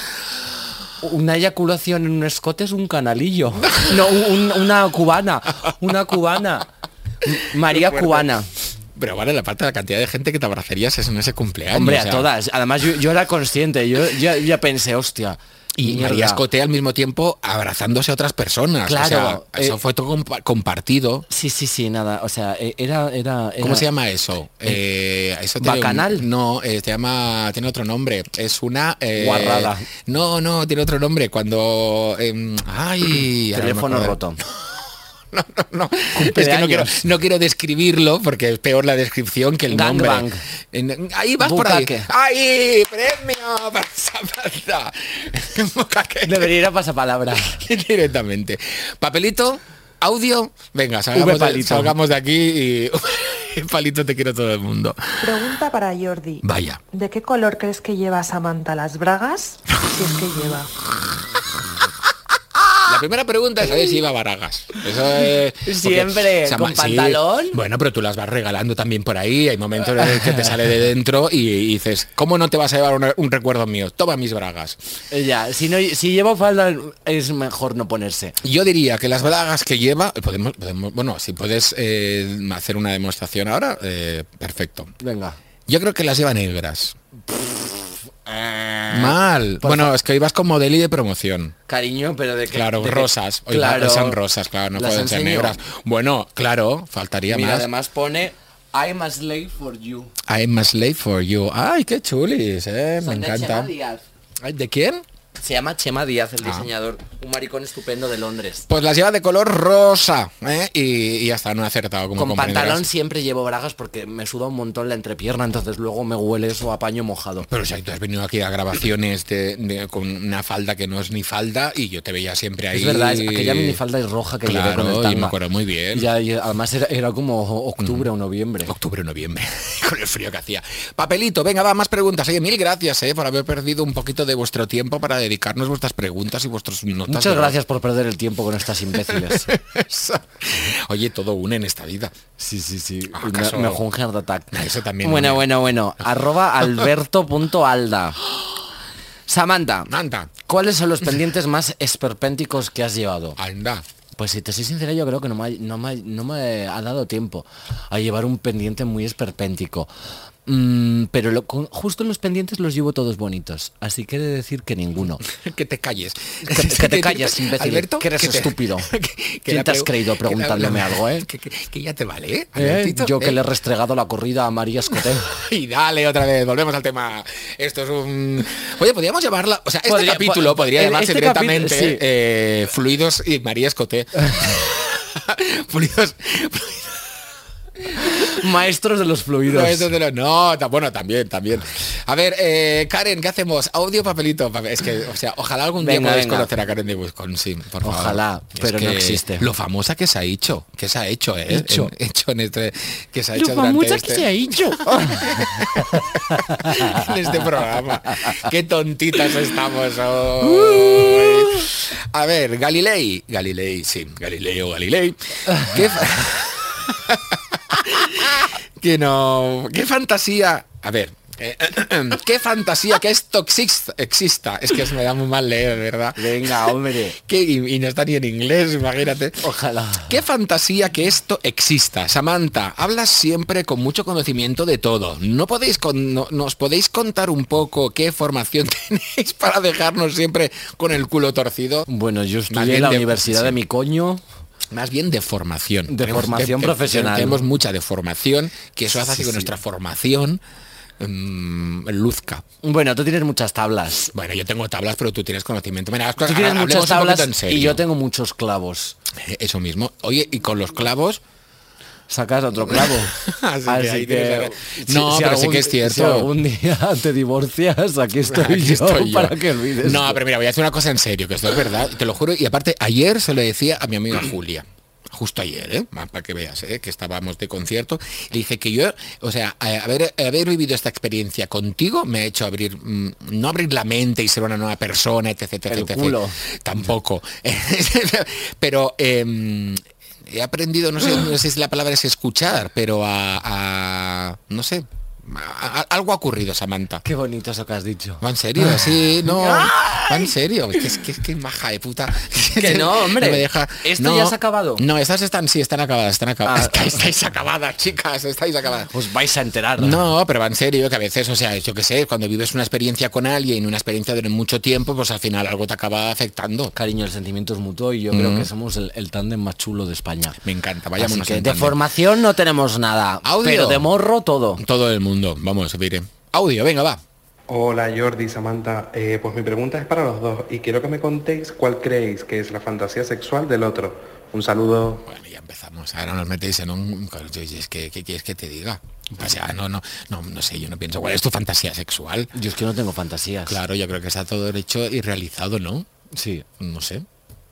Speaker 2: una eyaculación en un escote es un
Speaker 1: [laughs]
Speaker 2: canalillo. No, un- una cubana. Una cubana. María cubana.
Speaker 1: Pero vale, la parte de la cantidad de gente que te abrazarías es en ese cumpleaños.
Speaker 2: Hombre,
Speaker 1: o sea,
Speaker 2: a todas. Además, yo, yo era consciente. Yo ya, ya pensé, hostia,
Speaker 1: Y
Speaker 2: Mierda.
Speaker 1: María Escote al mismo tiempo abrazándose a otras personas. o sea,
Speaker 2: Claro,
Speaker 1: eso
Speaker 2: eh.
Speaker 1: fue todo compa- compartido.
Speaker 2: Sí, sí, sí, nada. O sea, e- era... era,
Speaker 1: ¿Cómo
Speaker 2: era-
Speaker 1: se llama eso? Eh, eso tiene un-
Speaker 2: ¿Bacanal?
Speaker 1: no, eh, se llama, tiene otro nombre. Es una... eh,
Speaker 2: Guarrada.
Speaker 1: No, no, tiene otro nombre. Cuando... em, ay, ahora no me
Speaker 2: Teléfono
Speaker 1: acuerdo.
Speaker 2: roto.
Speaker 1: [laughs] No, es que no quiero,
Speaker 2: Cumpleaños.
Speaker 1: no quiero describirlo porque es peor la descripción que el nombre.
Speaker 2: Gangbang.
Speaker 1: En- Ahí vas
Speaker 2: Bucaque.
Speaker 1: por ahí. ¡Ay! ¡Premio! [laughs] para Zapata! [laughs] Bucaque.
Speaker 2: Debería ir a pasapalabra.
Speaker 1: [laughs] Directamente. Papelito, audio. Venga, salgamos, de,
Speaker 2: V-palito.
Speaker 1: salgamos de aquí y [laughs] palito te quiero todo el mundo.
Speaker 6: Pregunta para Jordi.
Speaker 1: Vaya.
Speaker 6: ¿De qué color crees que lleva Samantha las
Speaker 1: [laughs]
Speaker 6: bragas? Si es que lleva.
Speaker 2: Ah.
Speaker 1: La primera pregunta es a ver si iba a Baragas. Eso es- porque-
Speaker 2: Siempre,
Speaker 1: Sama-
Speaker 2: con pantalón.
Speaker 1: Bueno, pero tú las vas regalando también por ahí. Hay momentos en el que te sale de dentro y, y dices, ¿cómo no te vas a llevar una- un recuerdo mío? Toma mis bragas.
Speaker 2: Ya, si, no, si llevo falda es mejor no ponerse.
Speaker 1: Yo diría que las bragas que lleva, podemos, podemos- bueno, si puedes eh, hacer una demostración ahora, eh, perfecto.
Speaker 2: Venga.
Speaker 1: Yo creo que las lleva negras.
Speaker 2: eh,
Speaker 1: Mal. Bueno, es que hoy vas como deli de promoción.
Speaker 2: Cariño, pero de que...
Speaker 1: Claro,
Speaker 2: de que-
Speaker 1: rosas. Hoy va- son rosas, claro, no
Speaker 2: Las
Speaker 1: pueden ser
Speaker 2: enseño.
Speaker 1: negras. Bueno, claro, faltaría
Speaker 2: Mira,
Speaker 1: más.
Speaker 2: además pone I'm a slave for you.
Speaker 1: I'm a slave for you. Ay, qué chulis, eh, me
Speaker 2: Son de H&M.
Speaker 1: encanta.
Speaker 2: Chema Díaz.
Speaker 1: Ay, ¿De quién?
Speaker 2: Se llama Chema Díaz, el
Speaker 1: Ah.
Speaker 2: diseñador, un maricón estupendo de Londres.
Speaker 1: Pues las lleva de color rosa, ¿eh? y, y hasta no he acertado. Como
Speaker 2: Con
Speaker 1: comprenderás.
Speaker 2: pantalón siempre llevo bragas porque me suda un montón la entrepierna, entonces luego me huele eso a paño mojado.
Speaker 1: Pero si tú has venido aquí a grabaciones de, de- con una falda que no es ni falda y yo te veía siempre ahí.
Speaker 2: Es verdad, es aquella minifalda es roja que llevé con
Speaker 1: Claro,
Speaker 2: el
Speaker 1: y
Speaker 2: tanga.
Speaker 1: me acuerdo muy bien. Mm.
Speaker 2: Ya, y además era, era como octubre o noviembre.
Speaker 1: Octubre, noviembre, [laughs] con el frío que hacía. Papelito, venga, va, más preguntas. Oye, mil gracias eh, por haber perdido un poquito de vuestro tiempo para dedicarnos vuestras preguntas y vuestros notas.
Speaker 2: Muchas
Speaker 1: de-
Speaker 2: gracias por perder el tiempo con
Speaker 1: [laughs]
Speaker 2: estas imbéciles.
Speaker 1: Oye, todo une en esta vida.
Speaker 2: sí, sí, sí.
Speaker 1: ¿acaso?
Speaker 2: Me, me fue un heart attack.
Speaker 1: Ah, Eso también
Speaker 2: Bueno,
Speaker 1: une.
Speaker 2: bueno, bueno.
Speaker 1: [laughs]
Speaker 2: Arroba alberto.alda. Samantha,
Speaker 1: Anda,
Speaker 2: ¿cuáles son los pendientes más esperpénticos que has llevado?
Speaker 1: anda.
Speaker 2: Pues si te soy sincera, yo creo que no me, ha- no me, ha- no me ha dado tiempo a llevar un pendiente muy esperpéntico. Mm, pero lo- con- justo los pendientes los llevo todos bonitos, así que he de decir que
Speaker 1: [laughs]
Speaker 2: ninguno.
Speaker 1: Que te calles.
Speaker 2: Que-
Speaker 1: [laughs]
Speaker 2: que te calles, imbécil, que eres estúpido. ¿Quién
Speaker 1: la
Speaker 2: te has
Speaker 1: pregu- [laughs] que
Speaker 2: creído
Speaker 1: la- [laughs]
Speaker 2: preguntándome
Speaker 1: la-
Speaker 2: algo, eh?
Speaker 1: Que, que- que ya te vale, ¿eh?
Speaker 2: ¿Eh?
Speaker 1: Albertito,
Speaker 2: Yo que
Speaker 1: eh.
Speaker 2: le he restregado la corrida a María Escoté.
Speaker 1: Y dale otra vez, volvemos al tema. Esto es un... Oye, podríamos llamarla... O sea, este
Speaker 2: Podría-
Speaker 1: capítulo
Speaker 2: po-
Speaker 1: podría
Speaker 2: el-
Speaker 1: llamarse
Speaker 2: este
Speaker 1: directamente
Speaker 2: capi- sí.
Speaker 1: eh, Fluidos y María
Speaker 2: [laughs]
Speaker 1: Escoté. fluidos...
Speaker 2: [laughs] Maestros de los fluidos.
Speaker 1: No, eso de lo- no, ta- bueno, también, también. A ver, eh, Karen, ¿qué hacemos? Audio, papelito. pa- Es que, o sea, ojalá algún día
Speaker 2: Venga,
Speaker 1: podáis
Speaker 2: venga.
Speaker 1: conocer a Karen de Wisconsin, por favor.
Speaker 2: Ojalá,
Speaker 1: Es
Speaker 2: pero no
Speaker 1: que
Speaker 2: existe.
Speaker 1: Lo famosa que se ha hecho, que se ha hecho, ¿eh?
Speaker 2: Hecho.
Speaker 1: En, hecho en este, que se ha hecho durante este, [laughs]
Speaker 2: hecho.
Speaker 1: en este programa. Qué tontitas estamos hoy. A ver, Galilei, Galilei, sí, Galileo Galilei. ¿Qué, fa- [laughs] que no, qué fantasía. A ver. eh, [clears throat] qué fantasía que esto exista, exista. Es que se me da muy mal leer, ¿verdad?
Speaker 2: Venga, hombre.
Speaker 1: Que- y, y no está ni en inglés, imagínate.
Speaker 2: Ojalá.
Speaker 1: Qué fantasía que esto exista. Samantha, hablas siempre con mucho conocimiento de todo. ¿No podéis con- no- nos podéis contar un poco qué formación [laughs] tenéis para dejarnos siempre con el culo torcido?
Speaker 2: Bueno, yo
Speaker 1: Más
Speaker 2: estudié
Speaker 1: bien
Speaker 2: en la
Speaker 1: de-
Speaker 2: universidad
Speaker 1: sí.
Speaker 2: de mi coño.
Speaker 1: Más bien de formación.
Speaker 2: De formación
Speaker 1: te- te-
Speaker 2: profesional.
Speaker 1: Tenemos mucha de formación, que eso hace
Speaker 2: Sí,
Speaker 1: así que
Speaker 2: sí.
Speaker 1: nuestra formación mm, luzca.
Speaker 2: Bueno, tú tienes muchas tablas.
Speaker 1: Bueno, yo tengo tablas, pero tú tienes conocimiento. Mira, las
Speaker 2: Tú
Speaker 1: cosas-
Speaker 2: tienes
Speaker 1: ha- Ah, hablemos
Speaker 2: muchas
Speaker 1: un poquito
Speaker 2: tablas
Speaker 1: en serio.
Speaker 2: y yo tengo muchos clavos.
Speaker 1: Eso mismo. Oye, y con los clavos,
Speaker 2: Sacas [laughs] otro clavo.
Speaker 1: Así que ahí tienes la- No, pero sí que es cierto.
Speaker 2: Si algún día [laughs] te divorcias, aquí estoy,
Speaker 1: Aquí
Speaker 2: yo,
Speaker 1: estoy yo.
Speaker 2: para que olvides.
Speaker 1: No,
Speaker 2: esto.
Speaker 1: pero mira, voy a hacer una cosa en serio, que esto es verdad, te lo juro. Y aparte, ayer se lo decía a mi amiga
Speaker 2: [clears throat]
Speaker 1: Julia. Justo ayer, ¿eh? Más Para que veas, ¿eh? Que estábamos de concierto. Le dije que yo, o sea, a- haber, haber vivido esta experiencia contigo me ha hecho abrir, mm, no abrir la mente y ser una nueva persona, etc. etc,
Speaker 2: El
Speaker 1: etc.
Speaker 2: culo.
Speaker 1: [laughs] Tampoco. pero em, he aprendido, no sé, no sé si la palabra es escuchar, pero a, a- no sé, A- a- algo ha ocurrido, Samantha.
Speaker 2: Qué bonito eso que has dicho.
Speaker 1: Va en serio, sí, no. Va en serio. Es que es, que, es que maja de puta. [laughs]
Speaker 2: Que no, hombre.
Speaker 1: me deja-
Speaker 2: ¿Esto ya se ha acabado?
Speaker 1: No, estas están, sí, están acabadas, están acabadas.
Speaker 2: Ah.
Speaker 1: Estáis, [laughs] estáis acabadas, chicas, estáis acabadas.
Speaker 2: Os vais a enterar.
Speaker 1: No, pero va en serio, que a veces, o sea, yo qué sé, cuando vives una experiencia con alguien, una experiencia durante mucho tiempo, pues al final algo te acaba afectando.
Speaker 2: Cariño, el sentimiento es mutuo y yo creo que somos el, el tándem más chulo de España.
Speaker 1: Me encanta, vayamos
Speaker 2: Así que de formación no tenemos nada,
Speaker 1: Audio.
Speaker 2: pero de morro todo.
Speaker 1: Todo el mundo, vamos, diré. Audio, venga, va.
Speaker 7: Hola Jordi, Samantha. Eh, pues mi pregunta es para los dos y quiero que me contéis cuál creéis que es la fantasía sexual del otro. Un saludo.
Speaker 1: Bueno, ya empezamos. Ahora nos metéis en un... pues, Es que, ¿Qué quieres que te diga? O sea, no, no, no, no sé, yo no pienso. ¿Cuál es tu fantasía sexual?
Speaker 2: Yo es que no tengo fantasías.
Speaker 1: Claro, yo creo que está todo hecho y realizado, ¿no?
Speaker 2: Sí.
Speaker 1: No sé. eh,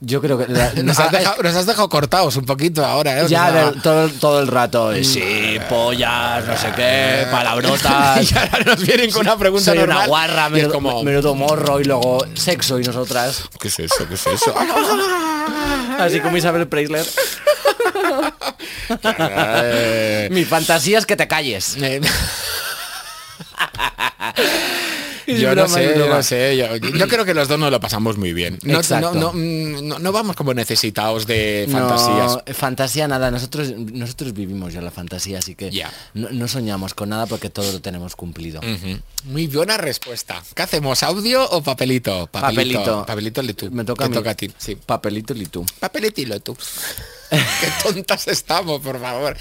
Speaker 2: Yo creo que... [laughs] la-
Speaker 1: [laughs] Nos
Speaker 2: Ah,
Speaker 1: has, dejado, nos has dejado cortados un poquito ahora, ¿eh?
Speaker 2: Ya
Speaker 1: O sea, [laughs]
Speaker 2: del- todo, todo el rato. eh, Sí, pollas, no sé qué, [laughs] palabrotas.
Speaker 1: y ahora nos vienen con una pregunta
Speaker 2: Soy
Speaker 1: normal.
Speaker 2: una guarra,
Speaker 1: y es
Speaker 2: menudo,
Speaker 1: como,
Speaker 2: menudo morro y luego sexo y nosotras.
Speaker 1: ¿qué es eso? ¿Qué es [laughs] eso?
Speaker 2: Así como Isabel Preisler.
Speaker 1: Eh,
Speaker 2: Mi fantasía es que te calles.
Speaker 1: [laughs] eh,
Speaker 2: Es
Speaker 1: yo no
Speaker 2: broma, es
Speaker 1: sé, yo
Speaker 2: broma.
Speaker 1: no sé. Yo, yo creo que los dos nos lo pasamos muy bien. No,
Speaker 2: Exacto.
Speaker 1: no, no, mm, no- no vamos como necesitados de fantasías.
Speaker 2: No, eh, fantasía nada, nosotros nosotros vivimos ya la fantasía, así que
Speaker 1: Ya.
Speaker 2: no, no soñamos con nada porque todo lo tenemos cumplido.
Speaker 1: Ujú. Muy buena respuesta. ¿Qué hacemos? ¿Audio o papelito?
Speaker 2: Papelito.
Speaker 1: Papelito le tú.
Speaker 2: Me toca
Speaker 1: Te
Speaker 2: a mí.
Speaker 1: toca a ti. Sí.
Speaker 2: Papelito y tú.
Speaker 1: Papelitilo [laughs] tú. Qué tontas estamos, por favor.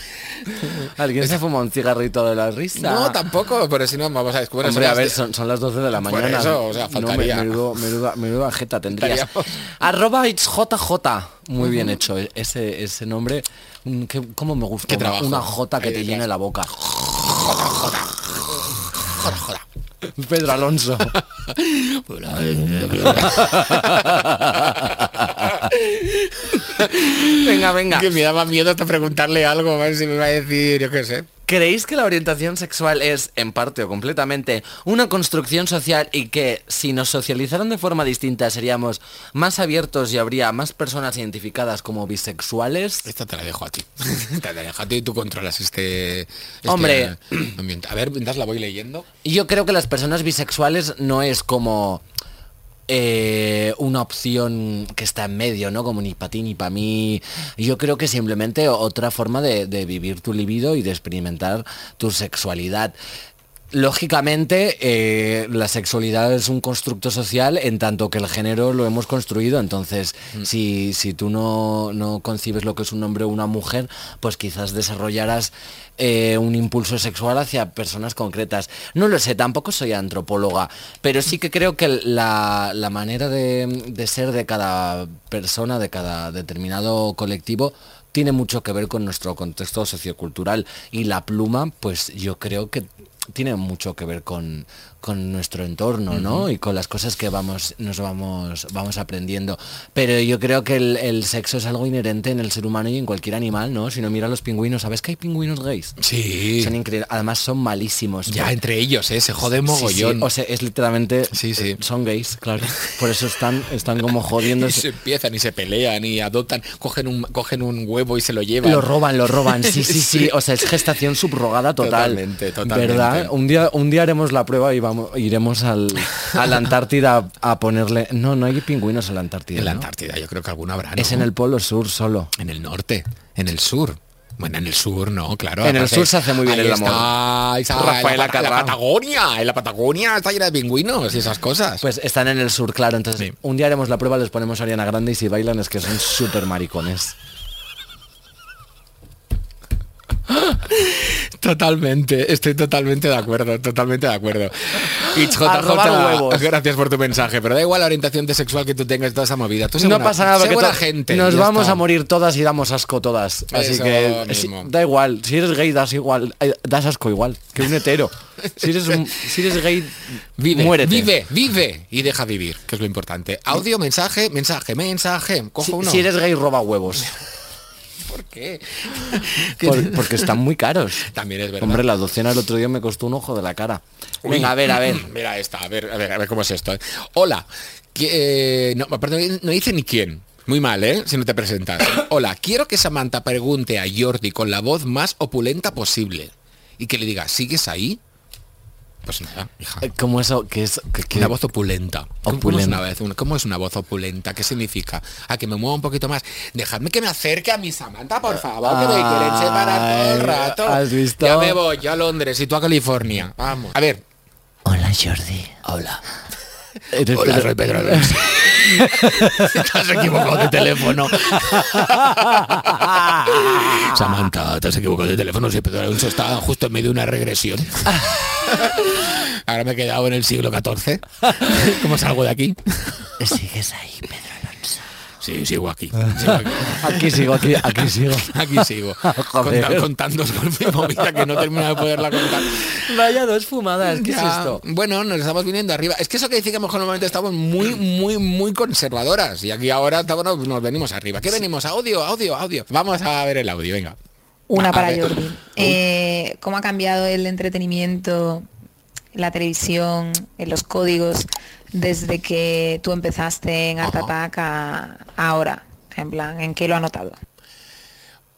Speaker 2: ¿Alguien se fuma un cigarrito de la risa?
Speaker 1: No, tampoco, pero si no, vamos a descubrir.
Speaker 2: Hombre, a ver, son, son las 12 de la
Speaker 1: Por
Speaker 2: mañana.
Speaker 1: eso, o sea,
Speaker 2: No, me-
Speaker 1: faltaría.
Speaker 2: menudo, menudo- menuda jeta tendrías.
Speaker 1: Faltaríamos.
Speaker 2: Arroba it's JJ. Muy bien hecho e- ese, ese nombre. Mm, que- ¿Cómo me gusta
Speaker 1: Qué
Speaker 2: una,
Speaker 1: trabajo.
Speaker 2: una J que
Speaker 1: Ahí
Speaker 2: te
Speaker 1: ya.
Speaker 2: llene
Speaker 1: [laughs]
Speaker 2: la boca?
Speaker 1: Joda, joda. [laughs]
Speaker 2: Pedro Alonso. venga,
Speaker 1: [laughs]
Speaker 2: venga.
Speaker 1: Que me daba miedo hasta preguntarle algo, a ver si me va a decir, yo qué sé.
Speaker 2: ¿Creéis que la orientación sexual es, en parte o completamente, una construcción social y que si nos socializaran de forma distinta seríamos más abiertos y habría más personas identificadas como bisexuales?
Speaker 1: Esta te la dejo a ti. [laughs] Te la dejo a ti y tú controlas este... este
Speaker 2: Hombre.
Speaker 1: ambiente. A ver, mientras la voy leyendo.
Speaker 2: Yo creo que las personas bisexuales no es como eh, una opción que está en medio, ¿no? Como ni para ti ni para mí. Yo creo que simplemente otra forma de, de vivir tu libido y de experimentar tu sexualidad. Lógicamente, eh, la sexualidad es un constructo social en tanto que el género lo hemos construido. Entonces, si, si tú no, no concibes lo que es un hombre o una mujer, pues quizás desarrollarás eh, un impulso sexual hacia personas concretas. No lo sé, tampoco soy antropóloga, pero sí que creo que la, la manera de, de ser de cada persona, de cada determinado colectivo, tiene mucho que ver con nuestro contexto sociocultural y la pluma, pues yo creo que tiene mucho que ver con, con nuestro entorno, ¿no? Y con las cosas que vamos, nos vamos, vamos aprendiendo. Pero yo creo que el, el sexo es algo inherente en el ser humano y en cualquier animal, ¿no? Si no mira a los pingüinos, ¿sabes que hay pingüinos gays?
Speaker 1: Sí.
Speaker 2: Son increíbles. Además son malísimos.
Speaker 1: Ya entre ellos, ¿eh? Se jode
Speaker 2: Sí, sí,
Speaker 1: mogollón.
Speaker 2: O sea, es literalmente... eh,
Speaker 1: Sí, sí.
Speaker 2: Son gays, claro. Por eso están, están como
Speaker 1: y [laughs] se
Speaker 2: jodiéndose.
Speaker 1: empiezan y se pelean y adoptan, cogen un, cogen un huevo y se lo llevan.
Speaker 2: Lo roban, lo roban,
Speaker 1: [laughs]
Speaker 2: sí, sí, sí. O sea, es gestación subrogada total.
Speaker 1: Totalmente, totalmente.
Speaker 2: ¿Verdad? Un día, un día haremos la prueba y vamos, iremos al, a la Antártida a ponerle. No, no hay pingüinos en la Antártida.
Speaker 1: En la
Speaker 2: ¿no?
Speaker 1: Antártida, yo creo que alguna habrá. ¿no?
Speaker 2: Es en el Polo Sur solo.
Speaker 1: En el norte, en el sur. Bueno, en el sur no, claro.
Speaker 2: En el sur se hace muy bien
Speaker 1: ahí
Speaker 2: el
Speaker 1: está, ahí está, en la
Speaker 2: Rafael
Speaker 1: Pat- en la,
Speaker 2: Acarrao.
Speaker 1: Patagonia, en la Patagonia está llena de pingüinos y esas cosas.
Speaker 2: Pues están en el sur, claro. Entonces,
Speaker 1: Sí.
Speaker 2: un día haremos la prueba, les ponemos a Ariana Grande y si bailan es que son súper maricones.
Speaker 1: totalmente, estoy totalmente de acuerdo, totalmente de [laughs] acuerdo. Y
Speaker 2: A robar huevos.
Speaker 1: gracias por tu mensaje, pero da igual la orientación de sexual que tú tengas toda esa movida. Tú sé
Speaker 2: No
Speaker 1: buena-
Speaker 2: pasa nada
Speaker 1: sé
Speaker 2: porque
Speaker 1: buena
Speaker 2: to-
Speaker 1: gente.
Speaker 2: nos
Speaker 1: ya
Speaker 2: vamos
Speaker 1: está.
Speaker 2: a morir todas y damos asco todas. Así
Speaker 1: Eso
Speaker 2: que si-
Speaker 1: mismo.
Speaker 2: da igual, si eres gay das igual, eh, das asco igual que un hetero. Si eres un- si eres gay
Speaker 1: Vive,
Speaker 2: muérete.
Speaker 1: vive, vive y deja vivir, que es lo importante. Audio, mensaje, mensaje, mensaje. Cojo
Speaker 2: Si,
Speaker 1: uno.
Speaker 2: si eres gay
Speaker 1: [laughs]
Speaker 2: roba huevos,
Speaker 1: ¿Por qué?
Speaker 2: por- porque están muy caros.
Speaker 1: También es verdad.
Speaker 2: Hombre, la docena el otro día me costó un ojo de la cara. Venga, a ver, a ver.
Speaker 1: [clears throat] Mira esta, a ver, a ver, a ver cómo es esto. ¿eh? Hola. que, eh, no, aparte no dice ni quién. Muy mal, ¿eh? Si no te
Speaker 2: [clears throat]
Speaker 1: presentas. Hola, quiero que Samantha pregunte a Jordi con la voz más opulenta posible y que le diga, ¿sigues ahí? Pues nada, hija.
Speaker 2: Eh, Como eso, que es... Que, que-
Speaker 1: Una voz opulenta. ¿Cómo- ¿Cómo es,
Speaker 2: Opulenta.
Speaker 1: una vez, un- ¿Cómo es una voz opulenta? ¿Qué significa? A que me mueva un poquito más. Dejadme que me acerque a mi Samantha, por favor, que me quieren separar todo el
Speaker 2: Ay,
Speaker 1: rato.
Speaker 2: ¿has visto?
Speaker 1: Ya me voy, yo a Londres y tú a California. Vamos. A ver.
Speaker 2: Hola Jordi. Hola. Eres
Speaker 1: Hola,
Speaker 2: Pedro-
Speaker 1: soy Pedro Luis. [laughs] Te has equivocado de teléfono. Samantha, te has equivocado de teléfono. Si Pedro Alonso está justo en medio de una regresión. Ahora me he quedado en el siglo XIV. ¿Cómo salgo de aquí?
Speaker 2: Sigues ahí, Pedro Alonso.
Speaker 1: Sí, sigo aquí. Sigo aquí.
Speaker 2: Aquí sigo, aquí, aquí sigo.
Speaker 1: Aquí sigo.
Speaker 2: Joder.
Speaker 1: Conta- contando con mi movida que no termino de poderla contar.
Speaker 2: Vaya dos fumadas, ¿qué
Speaker 1: Ya,
Speaker 2: es esto?
Speaker 1: Bueno, nos estamos viniendo arriba. Es que eso que dice que a lo mejor normalmente estamos muy, muy, muy conservadoras. Y aquí ahora estamos- nos, nos venimos arriba. ¿Qué venimos? Audio, audio, audio. Vamos a ver el audio, venga.
Speaker 4: Una
Speaker 1: Ah, A- a
Speaker 4: para
Speaker 1: ver.
Speaker 4: Jordi. Eh, ¿Cómo ha cambiado el entretenimiento, la televisión, eh, los códigos desde que tú empezaste en Art
Speaker 1: Ajá.
Speaker 4: Attack a- ahora? En plan, ¿en qué lo ha notado?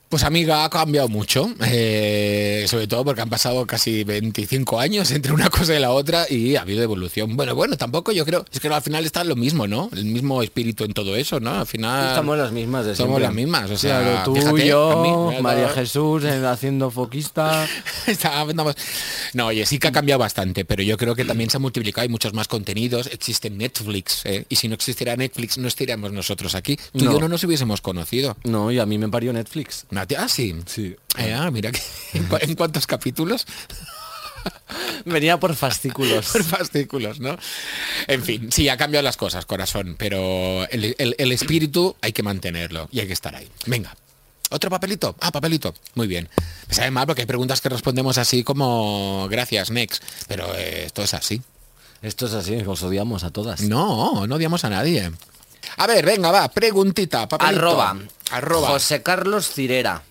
Speaker 1: Pues amiga, ha cambiado mucho, eh, sobre todo porque han pasado casi 25 años entre una cosa y la otra y ha habido evolución. Bueno, bueno, tampoco yo creo, es que al final está lo mismo, ¿no? El mismo espíritu en todo eso, ¿no? Al final...
Speaker 2: Estamos las mismas de
Speaker 1: Somos
Speaker 2: siempre.
Speaker 1: Ah, las mismas, o sea,
Speaker 2: Claro, tú,
Speaker 1: fíjate, a mí
Speaker 2: yo,
Speaker 1: me ha
Speaker 2: María
Speaker 1: dado-
Speaker 2: Jesús eh, haciendo foquista.
Speaker 1: [laughs] Está- andamos- No, oye, sí que ha cambiado bastante, pero yo creo que también se ha multiplicado, hay muchos más contenidos, existe Netflix, ¿eh? y si no existiera Netflix no estaríamos nosotros aquí. Tú y
Speaker 2: No.
Speaker 1: yo no nos hubiésemos conocido.
Speaker 2: No, y a mí me parió Netflix.
Speaker 1: Nati- Ah, sí.
Speaker 2: Sí.
Speaker 1: Eh, ah, mira, que, [laughs] ¿en, cua- en cuántos capítulos? [laughs]
Speaker 2: Venía por fascículos.
Speaker 1: Por Pues fascículos, ¿no? En fin, sí, ha cambiado las cosas, corazón, pero el, el- el espíritu hay que mantenerlo y hay que estar ahí. Venga. ¿Otro papelito? Ah, papelito. Muy bien. Me sabe mal porque hay preguntas que respondemos así como gracias, next. Pero eh, esto es así.
Speaker 2: Esto es así, os odiamos a todas.
Speaker 1: No, no odiamos a nadie. A ver, venga, va, preguntita, papelito.
Speaker 2: Arroba.
Speaker 1: Arroba. José,
Speaker 2: José Carlos Cirera.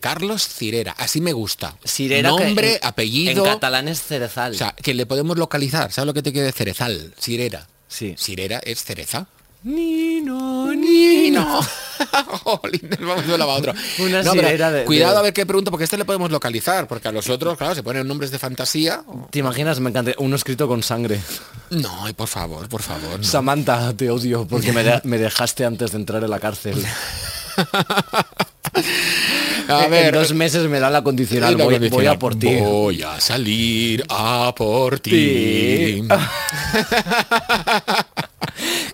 Speaker 1: Carlos Cirera. Así me gusta.
Speaker 2: Cirera que
Speaker 1: Nombre,
Speaker 2: en-
Speaker 1: apellido.
Speaker 2: En catalán es cerezal.
Speaker 1: O sea, que le podemos localizar. ¿Sabes lo que te quiere Cerezal? Cirera.
Speaker 2: Sí.
Speaker 1: Cirera es cereza.
Speaker 2: Nino,
Speaker 1: Y
Speaker 2: Nino.
Speaker 1: no. [laughs] Jolín, vamos de un lado a otro.
Speaker 2: [laughs] Una
Speaker 1: No, pero
Speaker 2: cirera de-
Speaker 1: cuidado
Speaker 2: de-
Speaker 1: a ver qué pregunta, porque a este le podemos localizar, porque a los otros, claro, se ponen nombres de fantasía.
Speaker 2: ¿Te imaginas? Me encanta. Uno escrito con sangre.
Speaker 1: No, y por favor, por favor. no.
Speaker 2: Samantha, te odio porque me, de- me dejaste antes de entrar en la cárcel.
Speaker 1: A ver,
Speaker 2: En dos meses me da la condicional.
Speaker 1: Y la
Speaker 2: Voy,
Speaker 1: condicional,
Speaker 2: voy a por ti.
Speaker 1: Voy a salir a por ti.
Speaker 2: Ti.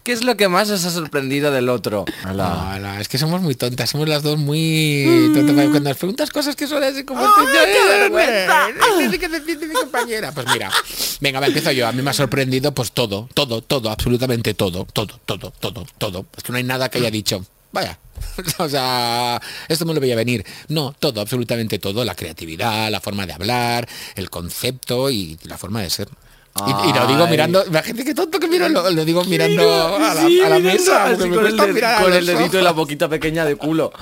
Speaker 2: ¿Qué es lo que más os ha sorprendido del otro? Ah.
Speaker 1: No, no, es que somos muy tontas, somos las dos muy tontas. Cuando nos preguntas cosas que son así como... este, Dice que te siente mi compañera. Pues mira, venga, va, empiezo yo. A mí me ha sorprendido pues todo, todo, todo, absolutamente todo, todo, todo, todo, todo. Es que no hay nada que haya dicho. Vaya. [laughs] O sea, esto me lo veía venir. No, todo, absolutamente todo. La creatividad, la forma de hablar, el concepto y la forma de ser. Y, y lo digo
Speaker 2: Ay.
Speaker 1: mirando, imagínate qué tonto que miro, lo, lo digo mirando a la,
Speaker 2: Sí,
Speaker 1: a la
Speaker 2: mirando
Speaker 1: mesa.
Speaker 2: así
Speaker 1: porque me
Speaker 2: con el,
Speaker 1: cuesta
Speaker 2: ded-
Speaker 1: mirar a
Speaker 2: con
Speaker 1: los
Speaker 2: el dedito y la boquita pequeña de culo.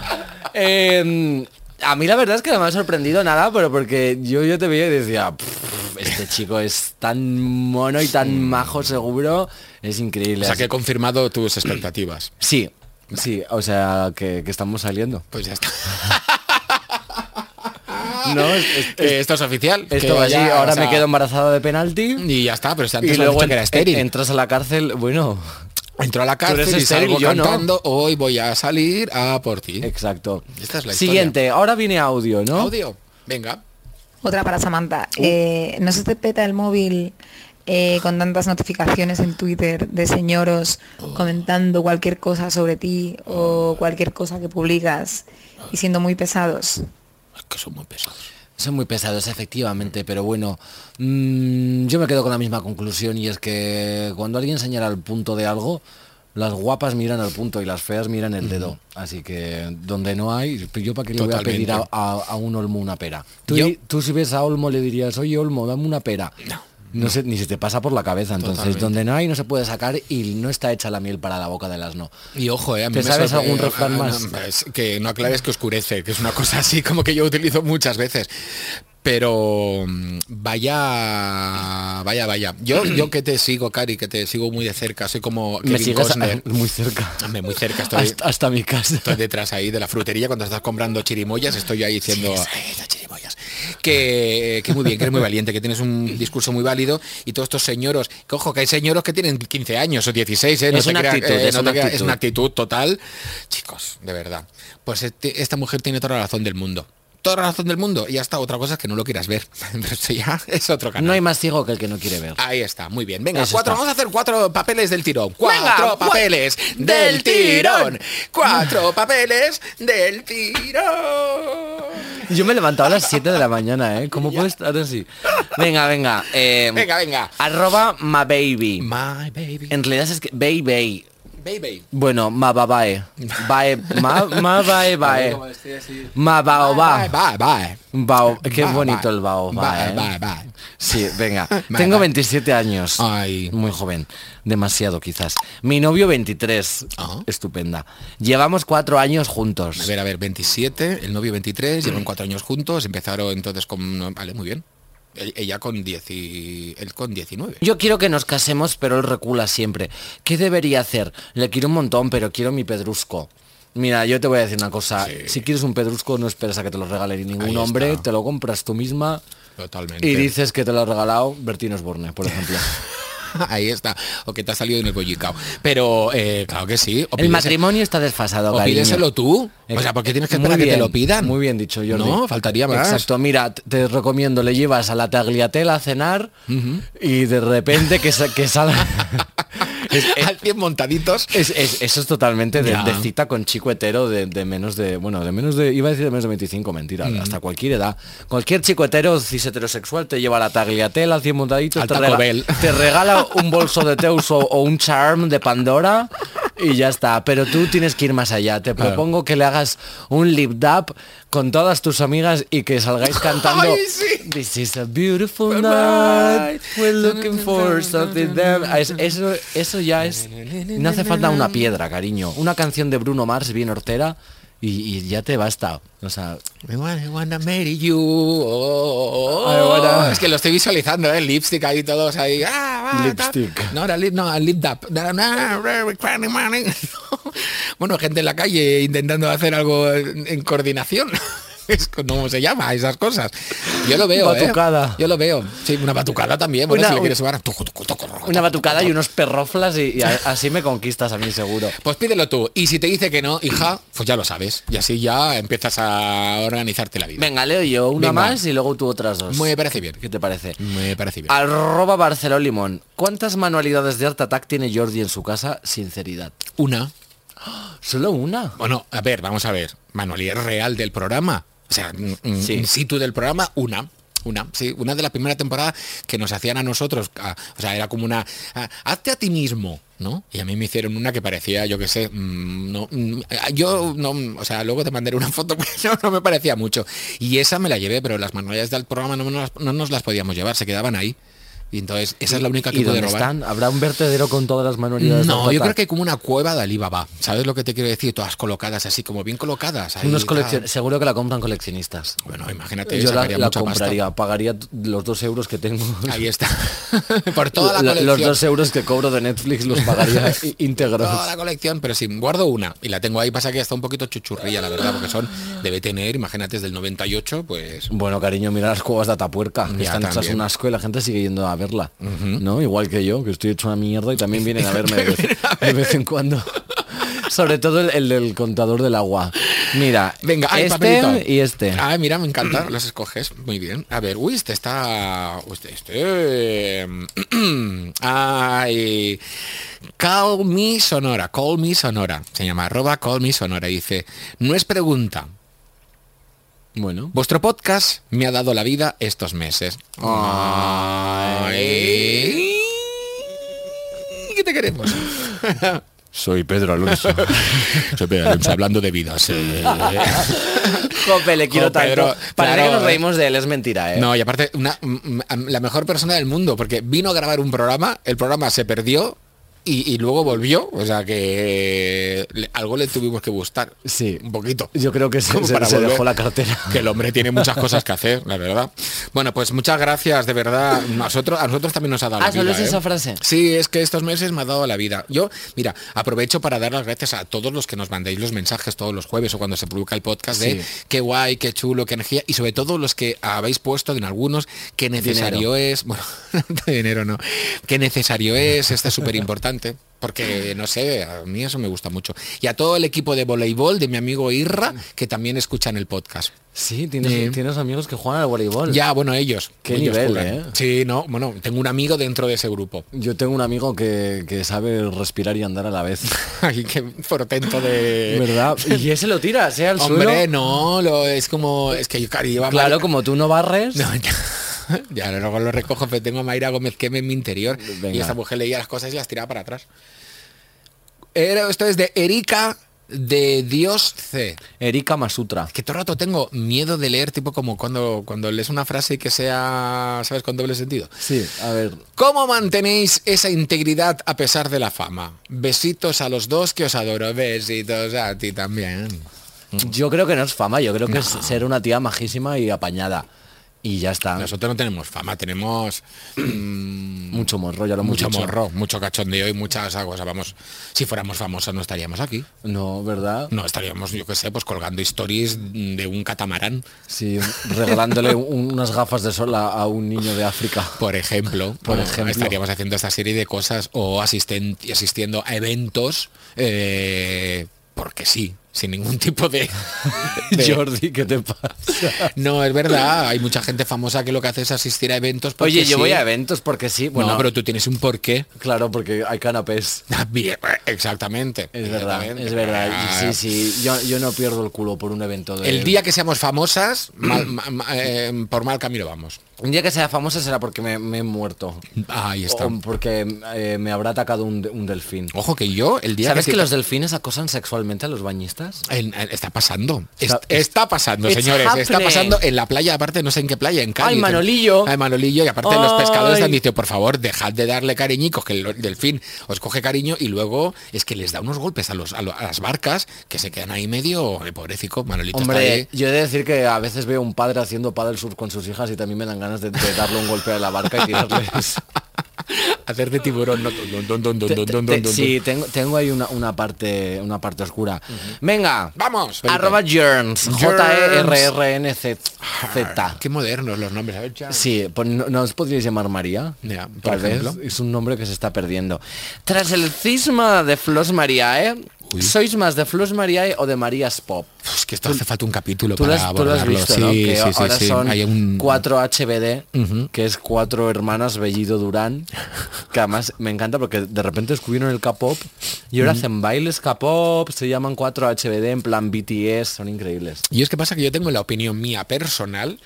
Speaker 2: Eh, a mí la verdad es que no me ha sorprendido nada, pero porque yo, yo te veía y decía, "Pff, este chico es tan mono y tan majo seguro, es increíble.
Speaker 1: O sea
Speaker 2: Así-
Speaker 1: que he confirmado tus expectativas.
Speaker 2: Sí, sí, o sea que, que estamos saliendo.
Speaker 1: Pues ya [laughs] está.
Speaker 2: No, es- es-
Speaker 1: Eh, esto es oficial.
Speaker 2: esto
Speaker 1: que
Speaker 2: va así,
Speaker 1: ya, o
Speaker 2: ahora
Speaker 1: sea,
Speaker 2: me quedo embarazada de penalti.
Speaker 1: Y ya está, pero si
Speaker 2: Y
Speaker 1: antes me han
Speaker 2: luego
Speaker 1: dicho que era
Speaker 2: en-
Speaker 1: estéril.
Speaker 2: entras a la cárcel, bueno,
Speaker 1: Entró a la
Speaker 2: eres
Speaker 1: cárcel y
Speaker 2: estéril,
Speaker 1: salgo
Speaker 2: yo no.
Speaker 1: cantando, hoy voy a salir a por ti.
Speaker 2: exacto.
Speaker 1: Esta es la historia.
Speaker 2: Siguiente, ahora viene audio, ¿no?
Speaker 1: Audio, venga.
Speaker 4: Otra para Samantha.
Speaker 1: Uh.
Speaker 4: Eh, ¿No se te peta el móvil eh, con tantas notificaciones en Twitter de señoros
Speaker 1: Oh.
Speaker 4: comentando cualquier cosa sobre ti o cualquier cosa que publicas y siendo muy pesados?
Speaker 1: Es que son muy pesados.
Speaker 2: Son muy pesados, efectivamente, pero bueno, mm, yo me quedo con la misma conclusión y es que cuando alguien señala el punto de algo, las guapas miran al punto y las feas miran el dedo. Así que donde no hay, yo para qué le voy a pedir a,
Speaker 1: Totalmente.
Speaker 2: a- a un Olmo una pera. Tú,
Speaker 1: Yo-
Speaker 2: tú si ves a Olmo le dirías, oye Olmo, dame una pera. No. sé, ni se te pasa por la cabeza, entonces
Speaker 1: Totalmente.
Speaker 2: donde no hay no se puede sacar y no está hecha la miel para la boca del asno.
Speaker 1: Y ojo, eh, a mí
Speaker 2: ¿Te
Speaker 1: me
Speaker 2: sabes
Speaker 1: sorpre-
Speaker 2: algún refrán
Speaker 1: Ah, no,
Speaker 2: más?
Speaker 1: es que no aclares que oscurece, que es una cosa así como que yo utilizo muchas veces. Pero mm, vaya, vaya, vaya. Yo, yo que te sigo, Cari, que te sigo muy de cerca, soy como
Speaker 2: Me
Speaker 1: Kevin
Speaker 2: sigues a-
Speaker 1: Costner.
Speaker 2: [laughs] muy cerca.
Speaker 1: Hombre, muy cerca estoy.
Speaker 2: Hasta, hasta mi casa.
Speaker 1: Estoy detrás ahí de la frutería cuando estás comprando chirimoyas, estoy ahí diciendo... "Eh, las chirimoyas. que, que muy bien, que eres muy valiente, que tienes un discurso muy válido y todos estos señoros, que ojo, que hay señoros que tienen 15 años o 16, ¿eh? No
Speaker 2: Es
Speaker 1: te
Speaker 2: una
Speaker 1: creas,
Speaker 2: actitud,
Speaker 1: eh,
Speaker 2: es
Speaker 1: no te
Speaker 2: una
Speaker 1: creas,
Speaker 2: actitud.
Speaker 1: actitud total. Chicos, de verdad. Pues este- esta mujer tiene toda la razón del mundo. Toda la razón del mundo. Y hasta otra cosa es que no lo quieras ver. [laughs] Pero esto ya es otro canal.
Speaker 2: No hay más ciego que el que no quiere ver.
Speaker 1: Ahí está, muy bien. Venga,
Speaker 2: Eso
Speaker 1: cuatro,
Speaker 2: está.
Speaker 1: vamos a hacer cuatro papeles del tirón. Cuatro
Speaker 2: Venga, cua-
Speaker 1: papeles del
Speaker 2: del
Speaker 1: tirón.
Speaker 2: tirón.
Speaker 1: Cuatro [laughs] papeles del tirón.
Speaker 2: Yo me he levantado a las 7 de la mañana, ¿eh? ¿Cómo puedo estar así? Venga, venga. eh,
Speaker 1: Venga, venga.
Speaker 2: Arroba my baby.
Speaker 1: My baby.
Speaker 2: En realidad es que... Bay, bay.
Speaker 1: Baby.
Speaker 2: Bueno, ma babae. Bae, ma, ma
Speaker 1: [laughs]
Speaker 2: bae, bae. Ma bao
Speaker 1: Bye,
Speaker 2: ba.
Speaker 1: bye, bye.
Speaker 2: Bao- Qué
Speaker 1: Bye,
Speaker 2: bonito
Speaker 1: bye.
Speaker 2: el bao ba,
Speaker 1: Bye,
Speaker 2: ¿eh?
Speaker 1: bye, bye.
Speaker 2: Sí,
Speaker 1: [laughs]
Speaker 2: venga.
Speaker 1: Bye,
Speaker 2: Tengo
Speaker 1: bye.
Speaker 2: 27 años.
Speaker 1: Ay.
Speaker 2: Muy joven. Demasiado quizás. Mi novio 23.
Speaker 1: Ajá.
Speaker 2: Estupenda. Llevamos cuatro años juntos.
Speaker 1: A ver, a ver, 27, el novio 23, llevan cuatro años juntos, empezaron entonces con... Vale, muy bien. El- Ella con 10 y... Él con 19.
Speaker 2: Yo quiero que nos casemos, pero él recula siempre. ¿Qué debería hacer? Le quiero un montón, pero quiero mi pedrusco. Mira, yo te voy a decir una cosa.
Speaker 1: Sí.
Speaker 2: Si quieres un pedrusco, no esperas a que te lo regale
Speaker 1: Ahí
Speaker 2: ningún
Speaker 1: está.
Speaker 2: hombre. Te lo compras tú misma
Speaker 1: Totalmente.
Speaker 2: y dices que te lo ha regalado Bertino Osborne, por ejemplo.
Speaker 1: [laughs] Ahí está. O que te ha salido en el bollicao. Pero eh, claro que sí. O
Speaker 2: El
Speaker 1: pídese-
Speaker 2: matrimonio está desfasado,
Speaker 1: O
Speaker 2: cariño. Eh,
Speaker 1: pídeselo tú. O sea, ¿por qué tienes que esperar
Speaker 2: Muy
Speaker 1: a que te
Speaker 2: bien,
Speaker 1: lo pidan?
Speaker 2: Muy bien dicho, Jordi.
Speaker 1: No, faltaría más.
Speaker 2: Exacto, mira, t- te recomiendo, le llevas a la tagliatela a cenar y de repente que, sa-
Speaker 1: [laughs]
Speaker 2: que salga... [laughs] Es-
Speaker 1: [laughs]
Speaker 2: es-
Speaker 1: Al 100 montaditos.
Speaker 2: Es- es- eso es totalmente de,
Speaker 1: Ya.
Speaker 2: de cita con chico hetero de, de menos de, bueno, de menos de, iba a decir de menos de 25, mentira,
Speaker 1: Mm.
Speaker 2: hasta cualquier edad. Cualquier chico hetero cis heterosexual te lleva la tagliatela, 100 montaditos,
Speaker 1: Al
Speaker 2: te,
Speaker 1: Taco
Speaker 2: rega-
Speaker 1: Bell.
Speaker 2: te regala un bolso de Teus o, o un charm de Pandora y ya está. Pero tú tienes que ir más allá. Te propongo que le hagas un lip dub con todas tus amigas y que salgáis
Speaker 1: [laughs]
Speaker 2: cantando
Speaker 1: Ay, sí.
Speaker 2: This is a beautiful night. We're looking for something there. Ah, es- Eso, eso ya es. No hace falta una piedra, cariño. Una canción de Bruno Mars bien hortera y, y ya te basta. O sea,
Speaker 1: I wanna, I wanna marry you. Oh, oh,
Speaker 2: I
Speaker 1: oh.
Speaker 2: wanna-
Speaker 1: Es que lo estoy visualizando, ¿eh? Lipstick ahí todos ahí. Ah, va, tap.
Speaker 2: Lipstick.
Speaker 1: No, era lip, no, lip dap. Na, na, re, re, cranny, manny. [laughs] Bueno, gente en la calle intentando hacer algo en, en coordinación. [laughs] Es como se llama, esas cosas. Yo lo veo, ¿eh?
Speaker 2: Batucada.
Speaker 1: Yo lo veo. Sí, una batucada también. Bueno,
Speaker 2: Una-
Speaker 1: si le
Speaker 2: un-
Speaker 1: quieres sumar. tucu, tucu, tucu, tucu,
Speaker 2: una batucada y unos perroflas y, y a- así me conquistas a mí seguro.
Speaker 1: Pues pídelo tú. Y si te dice que no, hija, pues ya lo sabes. Y así ya empiezas a organizarte la vida.
Speaker 2: Venga, leo yo una
Speaker 1: Venga.
Speaker 2: más y luego tú otras dos.
Speaker 1: Me parece bien.
Speaker 2: ¿Qué te parece?
Speaker 1: Me parece bien.
Speaker 2: Arroba Barceló Limón. ¿Cuántas manualidades de Art Attack tiene Jordi en su casa? Sinceridad.
Speaker 1: Una.
Speaker 2: Solo una.
Speaker 1: Bueno, a ver, vamos a ver. Manualidad real del programa. O sea, mm, mm,
Speaker 2: Sí.
Speaker 1: in situ del programa, una. Una, sí, una de la primera temporada que nos hacían a nosotros, a- o sea, era como una, a- hazte a ti mismo, ¿no? Y a mí me hicieron una que parecía, yo qué sé, mm, no, mm, a- yo no, mm, o sea, luego te mandaré una [laughs] foto, pero no, no me parecía mucho. Y esa me la llevé, pero las manualidades del programa no, nos- no nos las podíamos llevar, se quedaban ahí. Y entonces, esa es la única que
Speaker 2: ¿Y
Speaker 1: pude
Speaker 2: dónde
Speaker 1: robar.
Speaker 2: están? ¿Habrá un vertedero con todas las manualidades? de
Speaker 1: No,
Speaker 2: Art
Speaker 1: yo creo
Speaker 2: Attack?
Speaker 1: que hay como una cueva de Alibaba. ¿Sabes lo que te quiero decir? Todas colocadas así, como bien colocadas. ahí,
Speaker 2: Unos
Speaker 1: tal.
Speaker 2: coleccion- Seguro que la compran coleccionistas.
Speaker 1: Bueno, imagínate,
Speaker 2: Yo la,
Speaker 1: sacaría
Speaker 2: la
Speaker 1: mucha pasta.
Speaker 2: compraría, pagaría t- los dos euros que tengo.
Speaker 1: Ahí está. Por [laughs] toda la
Speaker 2: Lo-
Speaker 1: colección.
Speaker 2: los dos euros que cobro de Netflix los
Speaker 1: [laughs]
Speaker 2: pagaría í- íntegros.
Speaker 1: Toda la colección, pero sí, guardo una y la tengo ahí. Pasa que está un poquito chuchurrilla, la verdad, porque son, debe tener, imagínate, es del 98, pues...
Speaker 2: Bueno, cariño, mira las cuevas de Atapuerca, que
Speaker 1: Ya,
Speaker 2: están hechas
Speaker 1: también.
Speaker 2: un asco y la gente sigue yendo a verla. ¿No? Igual que yo, que estoy hecho una mierda y también vienen
Speaker 1: [laughs]
Speaker 2: a verme de vez, de vez en cuando. [laughs] Sobre todo el, el del contador del agua. Mira,
Speaker 1: Venga, ay,
Speaker 2: este
Speaker 1: papelito.
Speaker 2: y este.
Speaker 1: Ah, mira, me encanta, los escoges. Muy bien. A ver, uy, este está... uy, Este... este em, [clears throat] ay... Call me Sonora, call me Sonora. Se llama arroba call me Sonora. Y dice, no es pregunta,
Speaker 2: Bueno.
Speaker 1: Vuestro podcast me ha dado la vida estos meses. Ay. ¿Qué te queremos?
Speaker 2: Soy Pedro
Speaker 1: [laughs]
Speaker 2: Alonso.
Speaker 1: hablando de vidas. eh.
Speaker 2: [laughs] Jope, le quiero
Speaker 1: Jo, Pedro,
Speaker 2: tanto. Parece
Speaker 1: claro,
Speaker 2: que nos
Speaker 1: eh.
Speaker 2: reímos de él, es mentira, ¿eh?
Speaker 1: No, y aparte, una- mm, mm, la mejor persona del mundo, porque vino a grabar un programa, el programa se perdió y, y luego volvió. O sea que le- algo le tuvimos que gustar.
Speaker 2: Sí.
Speaker 1: Un poquito.
Speaker 2: Yo creo que se,
Speaker 1: Como
Speaker 2: se-
Speaker 1: para
Speaker 2: se
Speaker 1: volver.
Speaker 2: dejó la cartera.
Speaker 1: Que el hombre tiene muchas cosas que hacer, la verdad. Bueno, pues muchas gracias, de verdad. Nosotros, a nosotros también nos ha dado
Speaker 2: Ah,
Speaker 1: la vida.
Speaker 2: solo es
Speaker 1: ¿eh?
Speaker 2: esa frase.
Speaker 1: Sí, es que estos meses me ha dado la vida. Yo, mira, aprovecho para dar las gracias a todos los que nos mandéis los mensajes todos los jueves o cuando se publica el podcast de
Speaker 2: Sí.
Speaker 1: qué guay, qué chulo, qué energía. Y sobre todo los que habéis puesto en algunos que necesario es. Bueno, [laughs] de dinero no. Que necesario es, este es súper importante. Porque, no sé, a mí eso me gusta mucho. Y a todo el equipo de voleibol de mi amigo Irra, que también escuchan el podcast.
Speaker 2: Sí, tienes,
Speaker 1: Sí.
Speaker 2: tienes amigos que juegan al voleibol.
Speaker 1: Ya, bueno, ellos.
Speaker 2: Qué
Speaker 1: ellos
Speaker 2: nivel,
Speaker 1: juegan.
Speaker 2: ¿eh?
Speaker 1: Sí, no, bueno, tengo un amigo dentro de ese grupo.
Speaker 2: Yo tengo un amigo que, que sabe respirar y andar a la vez.
Speaker 1: [laughs] Ay, qué portento de... [laughs]
Speaker 2: ¿Verdad? Y ese lo tiras, ¿eh? Al
Speaker 1: Eh. Hombre,
Speaker 2: suelo.
Speaker 1: no, lo- es como... Es que yo, claro, lleva
Speaker 2: Claro,
Speaker 1: Mayra-
Speaker 2: como tú no barres.
Speaker 1: [laughs] No, ya, ya, luego lo recojo, pero tengo a Mayra Gómez que en mi interior. Y
Speaker 2: Venga.
Speaker 1: esta mujer leía las cosas y las tiraba para atrás. Era- esto es de Erika de Dios C.
Speaker 2: Erika Masutra.
Speaker 1: Que todo el rato tengo miedo de leer, tipo como cuando, cuando lees una frase y que sea, ¿sabes?, con doble sentido.
Speaker 2: Sí, a ver.
Speaker 1: ¿Cómo mantenéis esa integridad a pesar de la fama? Besitos a los dos que os adoro. Besitos a ti también.
Speaker 2: Mm. Yo creo que no es fama, yo creo que es ser una tía majísima y apañada. Y ya está.
Speaker 1: Nosotros no tenemos fama, tenemos mm,
Speaker 2: Mucho morro, ya lo hemos
Speaker 1: mucho
Speaker 2: dicho.
Speaker 1: morro, mucho cachondeo y muchas cosas. Vamos, si fuéramos famosos no estaríamos aquí.
Speaker 2: No, ¿verdad?
Speaker 1: No estaríamos, yo qué sé, pues colgando stories de un catamarán,
Speaker 2: Sí, regalándole un- unas gafas de sol a, a un niño de África.
Speaker 1: por ejemplo.
Speaker 2: [laughs] Por
Speaker 1: O
Speaker 2: ejemplo.
Speaker 1: Estaríamos haciendo esta serie de cosas o asisten- asistiendo a eventos eh, porque sí, sin ningún tipo
Speaker 2: [laughs]
Speaker 1: de... [laughs] de-
Speaker 2: Jordi, ¿qué te pasa?
Speaker 1: No, es verdad. Hay mucha gente famosa que lo que hace es asistir a eventos. porque
Speaker 2: Oye, yo
Speaker 1: sí.
Speaker 2: voy a eventos porque sí. Bueno,
Speaker 1: no, pero tú tienes un porqué.
Speaker 2: claro, porque hay canapés.
Speaker 1: Bien, eh, Exactamente.
Speaker 2: Es verdad,
Speaker 1: Exactamente.
Speaker 2: es verdad.
Speaker 1: Ah,
Speaker 2: Sí, sí, yo, yo no pierdo el culo por un evento de...
Speaker 1: El día que seamos famosas,
Speaker 2: [clears throat]
Speaker 1: mal- ma- ma- eh, por mal camino vamos.
Speaker 2: Un día que sea famosa será porque me, me he muerto.
Speaker 1: Ahí está.
Speaker 2: O porque eh, me habrá atacado un, de- un delfín.
Speaker 1: Ojo que yo, el día
Speaker 2: ¿Sabes
Speaker 1: que...
Speaker 2: que los delfines acosan sexualmente a los bañistas?
Speaker 1: en- en- está pasando. Es-
Speaker 2: Está-
Speaker 1: Está, pasando,
Speaker 2: It's
Speaker 1: señores. Está
Speaker 2: happening.
Speaker 1: pasando en la playa, aparte, no sé en qué playa, en Cádiz.
Speaker 2: Ay, Manolillo.
Speaker 1: Ay, Manolillo. Y aparte los pescadores
Speaker 2: Ay.
Speaker 1: te han dicho, por favor, dejad de darle cariñicos, que el el delfín os coge cariño y luego es que les da unos golpes a, los, a, lo- a las barcas que se quedan ahí medio, el pobrecito Manolito está ahí.
Speaker 2: Hombre, yo he de decir que a veces veo un padre haciendo paddle surf con sus hijas y también me dan ganas de, de darle un golpe a la barca y [laughs] tirarles.
Speaker 1: Hacer de tiburón. no, dun, dun, dun, dun,
Speaker 2: Te-
Speaker 1: dun,
Speaker 2: te-
Speaker 1: dun,
Speaker 2: te-
Speaker 1: dun, dun.
Speaker 2: sí, tengo, tengo ahí una, una parte una parte oscura. Venga.
Speaker 1: Vamos, Felipe.
Speaker 2: Arroba E Jerns.
Speaker 1: Jerns.
Speaker 2: J-E-R-R-N-Z.
Speaker 1: Ah, Qué modernos los nombres. a ver, ya.
Speaker 2: Sí, pues no, no os podríais llamar María.
Speaker 1: Ya, por
Speaker 2: tal
Speaker 1: ejemplo.
Speaker 2: vez es un nombre que se está perdiendo. Tras el cisma de Flos Mariae,
Speaker 1: Uy.
Speaker 2: ¿sois más de Flos Mariae o de Marías Pop?
Speaker 1: Es que esto hace falta un capítulo
Speaker 2: Tú lo
Speaker 1: para
Speaker 2: has, tú lo has
Speaker 1: abordarlo.
Speaker 2: visto,
Speaker 1: sí,
Speaker 2: ¿no? Que
Speaker 1: sí, sí,
Speaker 2: ahora
Speaker 1: sí.
Speaker 2: son
Speaker 1: Hay un-
Speaker 2: cuatro HBD, que es cuatro hermanas Bellido Durán, que además me encanta porque de repente descubrieron el K-pop y ahora hacen bailes K-pop, se llaman cuatro HBD en plan BTS, son increíbles.
Speaker 1: Y es que pasa que yo tengo la opinión mía personal.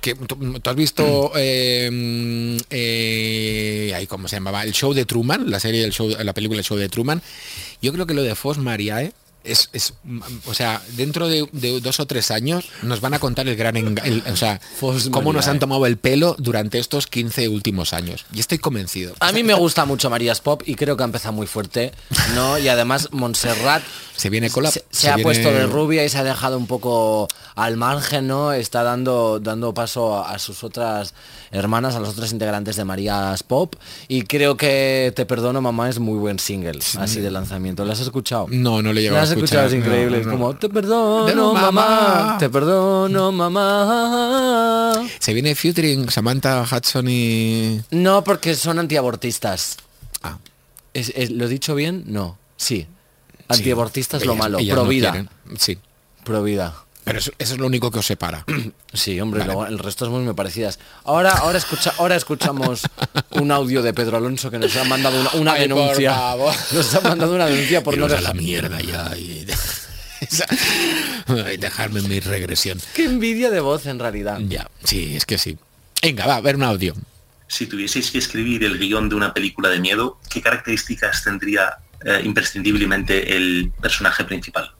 Speaker 1: Que tú, tú has visto
Speaker 2: Mm.
Speaker 1: eh, eh, ay, cómo se llamaba el show de Truman la serie el show la película el show de Truman yo creo que lo de Fos Mariae es, es mm, o sea dentro de, de dos o tres años nos van a contar el gran enga- el- o sea
Speaker 2: Fos
Speaker 1: cómo nos
Speaker 2: Mariae.
Speaker 1: han tomado el pelo durante estos 15 últimos años y estoy convencido
Speaker 2: A mí me gusta mucho Marías Pop y creo que ha empezado muy fuerte, ¿no? Y además Montserrat
Speaker 1: se viene cola
Speaker 2: se, se
Speaker 1: se
Speaker 2: ha
Speaker 1: viene-
Speaker 2: puesto de rubia y se ha dejado un poco al margen, ¿no? Está dando, dando paso a, a sus otras hermanas, a los otros integrantes de Marías Pop. Y creo que Te Perdono Mamá es muy buen single, así de lanzamiento. ¿Lo has escuchado?
Speaker 1: No, no lo he llegado
Speaker 2: ¿Lo
Speaker 1: a
Speaker 2: has escuchado?
Speaker 1: escuchar.
Speaker 2: Es increíble.
Speaker 1: No,
Speaker 2: Es
Speaker 1: no.
Speaker 2: como, Te perdono
Speaker 1: Pero,
Speaker 2: mamá,
Speaker 1: mamá".
Speaker 2: Te perdono mamá.
Speaker 1: se viene featuring Samantha Hudson y
Speaker 2: No, porque son antiabortistas.
Speaker 1: Ah.
Speaker 2: Es- es- ¿Lo he dicho bien? No. Sí. Antiabortistas es lo
Speaker 1: Ellas-
Speaker 2: malo.
Speaker 1: ellas no
Speaker 2: Pro vida.
Speaker 1: quieren. sí.
Speaker 2: Pro vida.
Speaker 1: Pero eso, eso es lo único que os
Speaker 2: [clears throat]
Speaker 1: separa.
Speaker 2: Sí, hombre, luego el resto es muy parecidas. Ahora, ahora, escucha,
Speaker 1: [laughs]
Speaker 2: ahora escuchamos un audio de Pedro Alonso que nos ha mandado una, una
Speaker 1: Ay, por
Speaker 2: denuncia.
Speaker 1: favor.
Speaker 2: [laughs] Nos ha mandado una denuncia por no
Speaker 1: Iros a la
Speaker 2: dejar.
Speaker 1: mierda ya y, [laughs] esa- y [laughs] dejarme en mi regresión.
Speaker 2: Qué envidia de voz en realidad.
Speaker 1: Ya, sí, es que sí. Venga, va, a ver un audio.
Speaker 8: si tuvieseis que escribir el guión de una película de miedo, ¿qué características tendría eh, imprescindiblemente el personaje principal?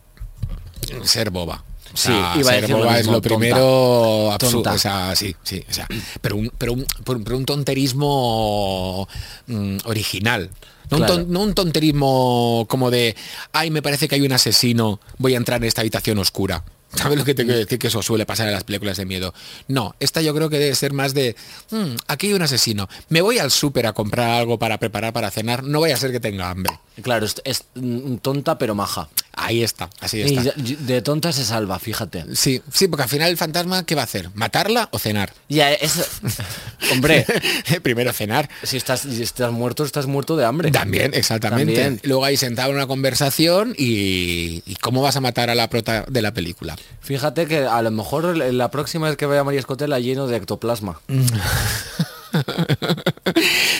Speaker 1: Ser boba. O
Speaker 2: Sí,
Speaker 1: sea,
Speaker 2: iba a
Speaker 1: ser
Speaker 2: decir lo
Speaker 1: boba es
Speaker 2: mismo,
Speaker 1: lo
Speaker 2: tonta.
Speaker 1: primero absurdo.
Speaker 2: Tonta.
Speaker 1: O sea, sí, sí. o sea, pero, un, pero, un, pero un- pero un tonterismo mm, original. No,
Speaker 2: Claro.
Speaker 1: un ton- no un tonterismo como de, ay, me parece que hay un asesino, voy a entrar en esta habitación oscura. ¿Sabes lo que te quiero decir? Que eso suele pasar en las películas de miedo. No, esta yo creo que debe ser más de, "Mm, aquí hay un asesino, me voy al súper a comprar algo para preparar para cenar, no vaya a ser que tenga hambre.
Speaker 2: Claro, es, es, mm, tonta pero maja.
Speaker 1: Ahí está, así
Speaker 2: Y
Speaker 1: está.
Speaker 2: de- de tonta se salva, fíjate.
Speaker 1: Sí, sí, porque al final el fantasma, ¿qué va a hacer? ¿Matarla o cenar?
Speaker 2: Ya, eso... [laughs] Hombre,
Speaker 1: [laughs] Primero cenar.
Speaker 2: si estás, si estás muerto, estás muerto de hambre.
Speaker 1: También, exactamente.
Speaker 2: También.
Speaker 1: Luego ahí sentado en una conversación y, y cómo vas a matar a la prota de la película. [laughs]
Speaker 2: Fíjate que a lo mejor la próxima vez que vea a María Escotela lleno de ectoplasma.
Speaker 1: Mm.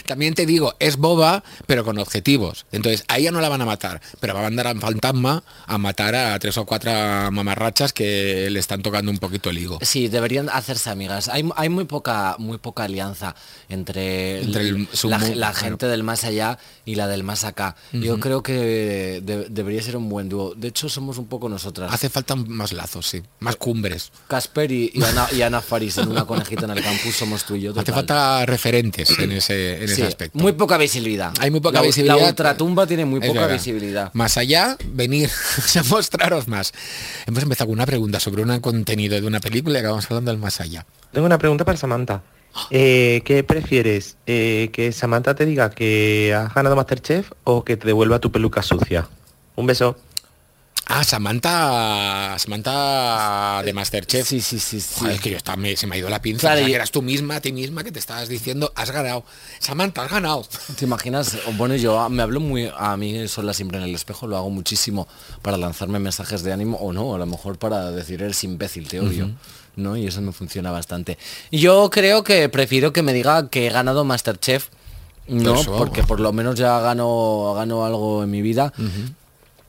Speaker 1: También te digo, es boba, pero con objetivos. Entonces, a ella no la van a matar, pero va a mandar al fantasma a matar a tres o cuatro mamarrachas que le están tocando un poquito el higo.
Speaker 2: Sí, deberían hacerse amigas. Hay, hay muy poca muy poca alianza entre,
Speaker 1: Entre el- su
Speaker 2: la,
Speaker 1: mu-
Speaker 2: la
Speaker 1: claro.
Speaker 2: gente del más allá y la del más acá. Yo creo que de- debería ser un buen dúo. De hecho, somos un poco nosotras.
Speaker 1: Hace falta más lazos, sí, más cumbres.
Speaker 2: Casper y, y Ana, y Ana Faris en una conejita en el campus somos tú y yo.
Speaker 1: Hace
Speaker 2: total.
Speaker 1: falta referentes en ese, en
Speaker 2: Sí,
Speaker 1: ese aspecto.
Speaker 2: Muy poca visibilidad.
Speaker 1: Hay muy poca
Speaker 2: La-
Speaker 1: visibilidad.
Speaker 2: La ultratumba tiene muy
Speaker 1: Es
Speaker 2: poca
Speaker 1: verdad.
Speaker 2: visibilidad.
Speaker 1: Más allá, venir [laughs] a mostraros más. Hemos empezado con una pregunta sobre un contenido de una película y acabamos hablando del más allá.
Speaker 7: Tengo una pregunta para Samantha. Eh, ¿Qué prefieres? Eh, ¿Que Samantha te diga que has ganado Masterchef o que te devuelva tu peluca sucia? Un beso.
Speaker 1: Ah, Samantha, Samantha de Masterchef.
Speaker 2: Sí, sí, sí. sí.
Speaker 1: Joder, es que yo estaba, me- se me ha ido la pinza.
Speaker 2: Claro,
Speaker 1: O sea,
Speaker 2: y-
Speaker 1: que eras tú misma, a ti misma, que te estabas diciendo, has ganado. Samantha, has ganado.
Speaker 2: ¿Te imaginas? Bueno, yo me hablo muy a mí sola siempre en el espejo, lo hago muchísimo para lanzarme mensajes de ánimo o no, a lo mejor para decir eres imbécil, te odio. ¿No? Y eso me funciona bastante. Yo creo que prefiero que me diga que he ganado Masterchef. No,
Speaker 1: Eso.
Speaker 2: porque por lo menos ya gano, gano algo en mi vida.